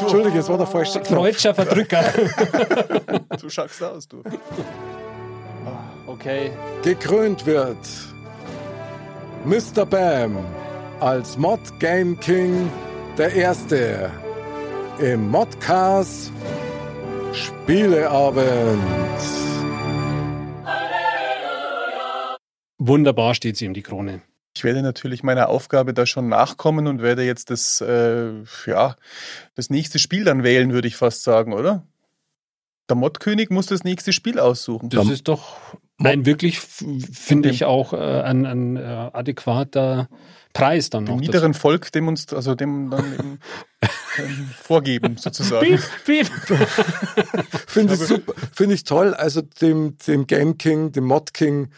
Entschuldige, das war der falsche Knopf. Freudscher Verdrücker. Du schaust aus, du. Okay. Gekrönt wird Mr. Bam als Mod Game King der Erste im Modcast Spieleabend. [LAUGHS] Wunderbar steht sie ihm die Krone. Ich werde natürlich meiner Aufgabe da schon nachkommen und werde jetzt das, äh, ja, das nächste Spiel dann wählen, würde ich fast sagen, oder? Der Mottkönig muss das nächste Spiel aussuchen. Das ist doch, nein, wirklich, f- finde ich auch äh, ein, ein äh, adäquater Preis dann dem noch. niederen Volk dem uns, also dem dann [LAUGHS] eben, ähm, vorgeben, sozusagen. dazu. Piep, piep. Finde ich super, finde ich toll. Also dem, dem Game King, dem Mod King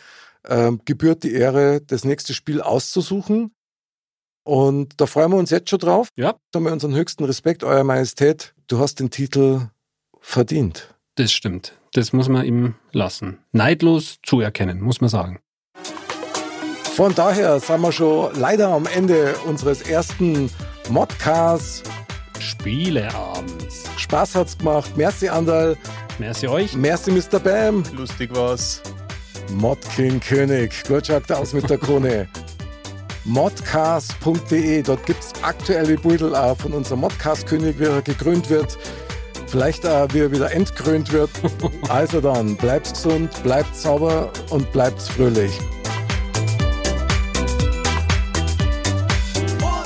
ähm, gebührt die Ehre, das nächste Spiel auszusuchen. Und da freuen wir uns jetzt schon drauf. Ja. Da haben wir unseren höchsten Respekt, Euer Majestät. Du hast den Titel verdient. Das stimmt. Das muss man ihm lassen. Neidlos zuerkennen, muss man sagen. Von daher sind wir schon leider am Ende unseres ersten Modcasts. Spieleabends. Spaß hat's gemacht. Merci, Andal. Merci euch. Merci, Mr. Bam. Lustig war's. Modking König. Gut, schaut aus mit der Krone. modcast.de, dort gibt es aktuelle Beutel auch von unserem Modcast-König, wie er gekrönt wird. Vielleicht auch, wie er wieder entkrönt wird. Also dann, bleibt gesund, bleibt sauber und bleibt fröhlich.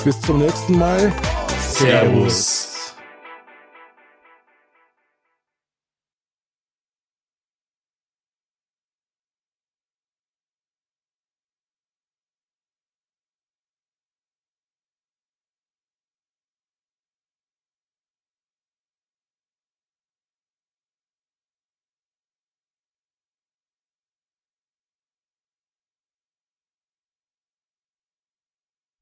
Bis zum nächsten Mal. Servus.